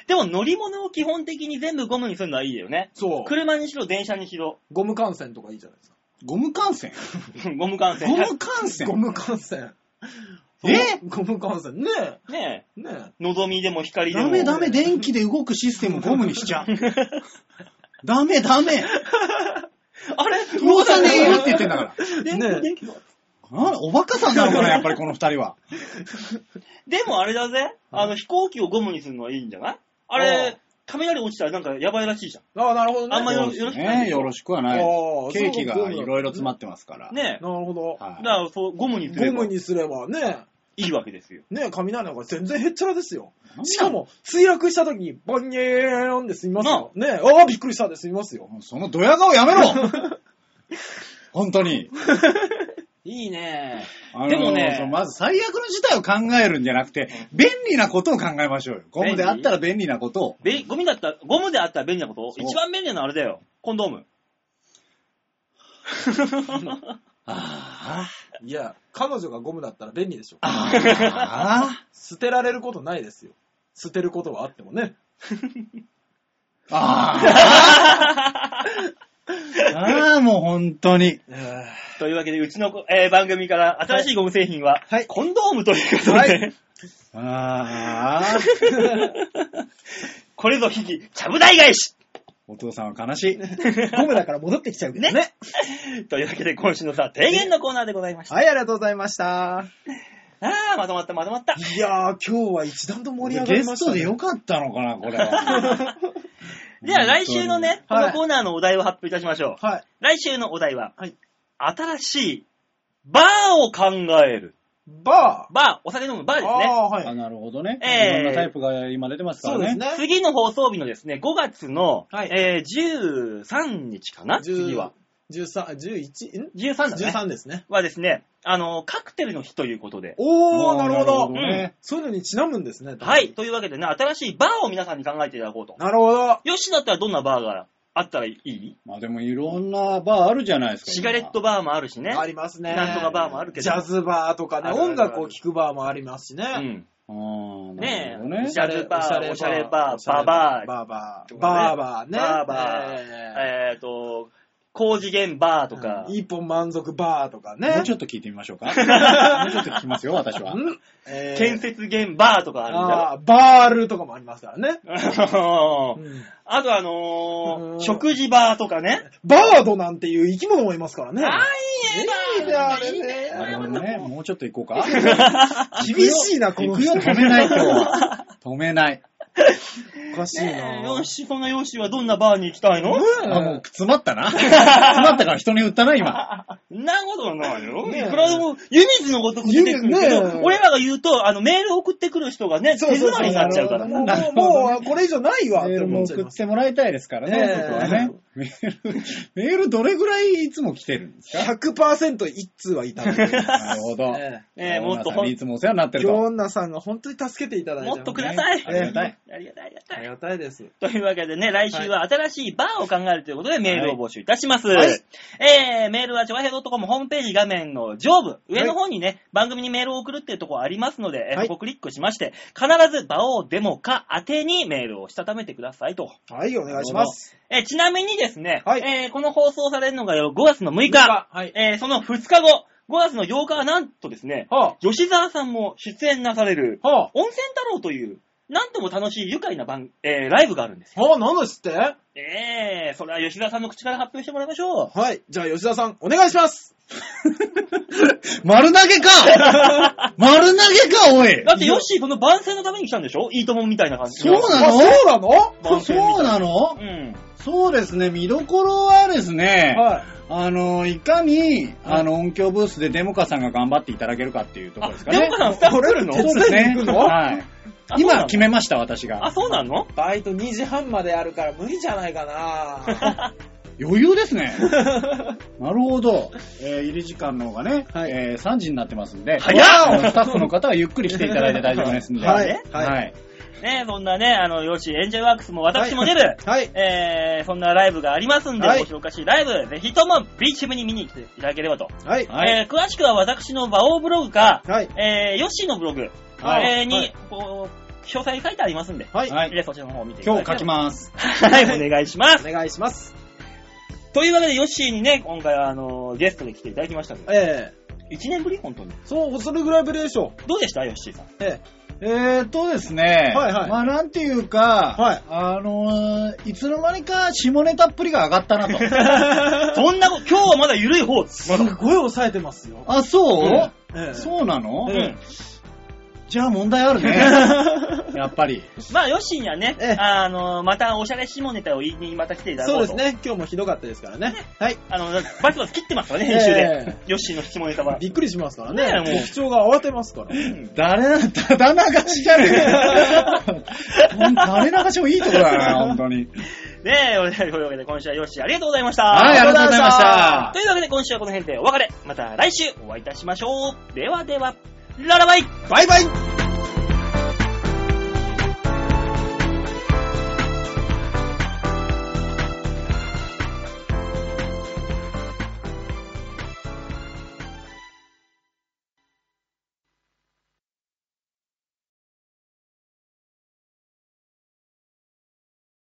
でも乗り物を基本的に全部ゴムにするのはいいよね。そう。車にしろ、電車にしろ、 ゴム感染とかいいじゃないですか。ゴム感 染ゴム感染ゴ。ム感 染ゴム感染。えゴム感染。ねねえ。ねえ、のぞみでも光でダも。メダメ、電気で動くシステムゴムにしちゃう。ダメダ メあれ動かねえよって言ってんだから。電ねえ気、電気だなんだおバカさんなの かな、やっぱりこの二人は。 でもあれだぜ、あの飛行機をゴムにするのはいいんじゃないああれあ、雷落ちたらなんかやばいらしいじゃえ。ああ、なるほどね。あんまりなよるろしくないねよろしくはなあ。いあケーキがそういかろいろ詰まってますから。ん。ねえ。ほど。だはからそう、ゴムにすれゴばムいにすればねいわけですよ。え、ねえ、雷なんか全然へっちゃらですよ。い。しかも、墜落した時に、ボニーンで済みますよ。ねえ、ああ、びっくりしたで済みますよ。もうそのドヤ顔 やめろ本当に。いいねあのでもねそのまず最悪の事態を考えるんじゃなくて、便利なことを考えましょうよ。ゴムであったら便利なことを。べゴミだったら、ゴムであったら便利なことそう一番便利なのはあれだよ。コンドーム。あいや、彼女がゴムだったら便利でしょあ、。あ捨てられることないですよ。捨てることはあってもね。あ、ああ、ああ、もう本当に。 というわけで、うちのこ、えー番組から新しいゴム製品は、はいコンドームということで、はああ、 これぞ引き、ちゃぶ台返し お父さんは悲しい。ゴムだから戻ってきちゃうけどね。というわけで、今週のさ、提言のコーナーでございました。はい、ありがとうございました。あー、まとまった、まとまった。いやー、今日は一段と盛り上がゲりましスたトね。でよかったのかな、これは。 では、来週のね、こはいのコーナーのお題を発表いたしましょう。はい。来週のお題は、はい新しいバーを考える。ババー、お酒飲むバーー。ですね。ああー、はあい。なるほどね。ええいろんなタイプが今出てますかそうでらすね。ね。次の放送日のですね、5月の、はいえー13日かな10次は。。 13、11? ん13だね。 13ですね。はですね、あの、カクテルの日ということで。おー、あなーるほど。どねそういうのにちなむんですね。はい。。というわけでね、新しいバーを皆さんに考えていただこうと。なるほど。よしだったらどんなバーがあったらいいまあでもいろんなバーあるじゃないですか。シガレットババーもあるしね。ありますね。なんとかバーもあるけど。ジャズバーとかね、あるあるある音楽を聴くバーもありますしうね。ん。ー。なねるえほどね。ジャズバーおおししゃゃれれバーババーー、バーバとー、かねバーバーね。バーバーええっ、と、高次元バーとかー。一本満足バーとかね。もうちょっと聞いてみま しょうか。もうちょっと聞きますよ、私は。んえー建設現バーとかああーバールとかもありますからね。るんだよ。うん あとあのー、うん食事バーとかね。バードなんていう生き物もいますからね。あいいね、あれね。なるほどね。もうちょっと行こう か。厳しいな、こ行のくよ、人。止めない、今日は。止めない。おかしいねえ、な。よし、そんなよしはどんなバーに行きたいのあ、もう、詰まった な。詰まったから人に売ったな、今。そんなことないよ。ねえいくらでも、湯水のごとく出てくるけ湯ど、水ねえ俺らが言うと、あの、メール送ってくる人がね、手そうそ詰うそうまりになっちゃうからもうね。もう、もうこれ以上ないわっメーてルも思っちゃい送まっす。てもらいたいですからね、ええそこはね。メール、メールどれぐらいいつも来てるんですか100%一通はいただい てます。なるほど。えええオーもナっーとさんほんにいつもお世話になってえると。ヨンナさんが本当に助けていただいて。もっとください。ありがたい。ありがたい、ありがたい。ありがたいです。というわけでね、来週は新しいバーを考えるということでメールを募集いたします。はいえー、メールはちょわへい .com ホームページ画面の上部、上の方にね、番組にメールを送るっていうところありますので、えーはいそこをクリックしまして、必ずバオデモか宛てにメールをしたためてくださいと。はい、お願いします。えーちなみにですね、はいえーこの放送されるのが5月の6日、はい。えーその2日後、5月の8日はなんとですね、は吉沢さんも出演なされる、あ、は温泉太郎という、なんとも楽しい愉快な番、えーライブがあるんですよ。あ、はあ、なんだ知ってはええそれは吉田さんの口から発表してもらいましょう。い。じゃあ、吉田さん、お願いします。丸投げ か丸投げか、おいだってヨッシーこの番宣のために来たんでしょいいともみたいな感じ。そうなのあそうなの番宣みたいそうなのうん。そうですね、見どころはですね、はい。あの、いかに、あの、音響ブースでデモカさんが頑張っていただけるかっていうところですかでねも。かさんスタッフ来るの俺そうですね手伝いに行。くのはい。今決めめました、私あ、が。そうなのバイト2時半まであるから無理じゃないかな余裕ですね。なるほど。えー入り時間の方がね、はいえー3時になってますんで、早っあのスタッフの方はゆっくり来ていただいて大丈夫ですんで。はいはい。ね、そんなね、あの、よし、エンジェルワークスも私も出る、 はい。えー、そんなライブがありますんで、はいおおかしいライブ、ぜひともビーチ部に見に来ていただければと。はい。はいえー、詳しくは私の馬王ブログか、はい。えー、ヨッシーのブログ、はいえーに、はいこう詳細書いてありますんで、はい。はい。でそちらの方を見ていた今だ日書きす。ます。はい、お願いします。 お願いします。というわけで、ヨッシーにね、今回はあのゲストで来ていただきましたので、ええ1年ぶり本当に。そう、それぐらいぶりでしょどうでしたヨッシーさん。 う。ええーっとですね。はいはいまあなんていうか、はいあのーいつの間にか下ネタっぷりが上がったな と。そんなこと、今日はまだ緩い方です。 えまだすごい抑えてますよ。あ、そう、えええそうなの、うえ ん。じゃあ問題あ るね。やっぱり。まあ、ヨッシーにはねええ、あの、またおしゃれ下ネタを言いにまた来ていただそこううでと。す。ね。今日もひどかったですからね。はい。あの、バツバツ切ってますからね、編集で。えヨッシーの下ネタは。びっくりしますからね。ねえもう局長が慌てますから。誰な、ただ流しじゃねえほん誰流しもいいとこだな、本当ねに。え、というわけで今週はヨッシーありがとうございました。はい、ありがとうございましたと。いうわけで今週はこの辺でお別れ。また来週お会いいたしましょう。ではでは、ララバイバイバイ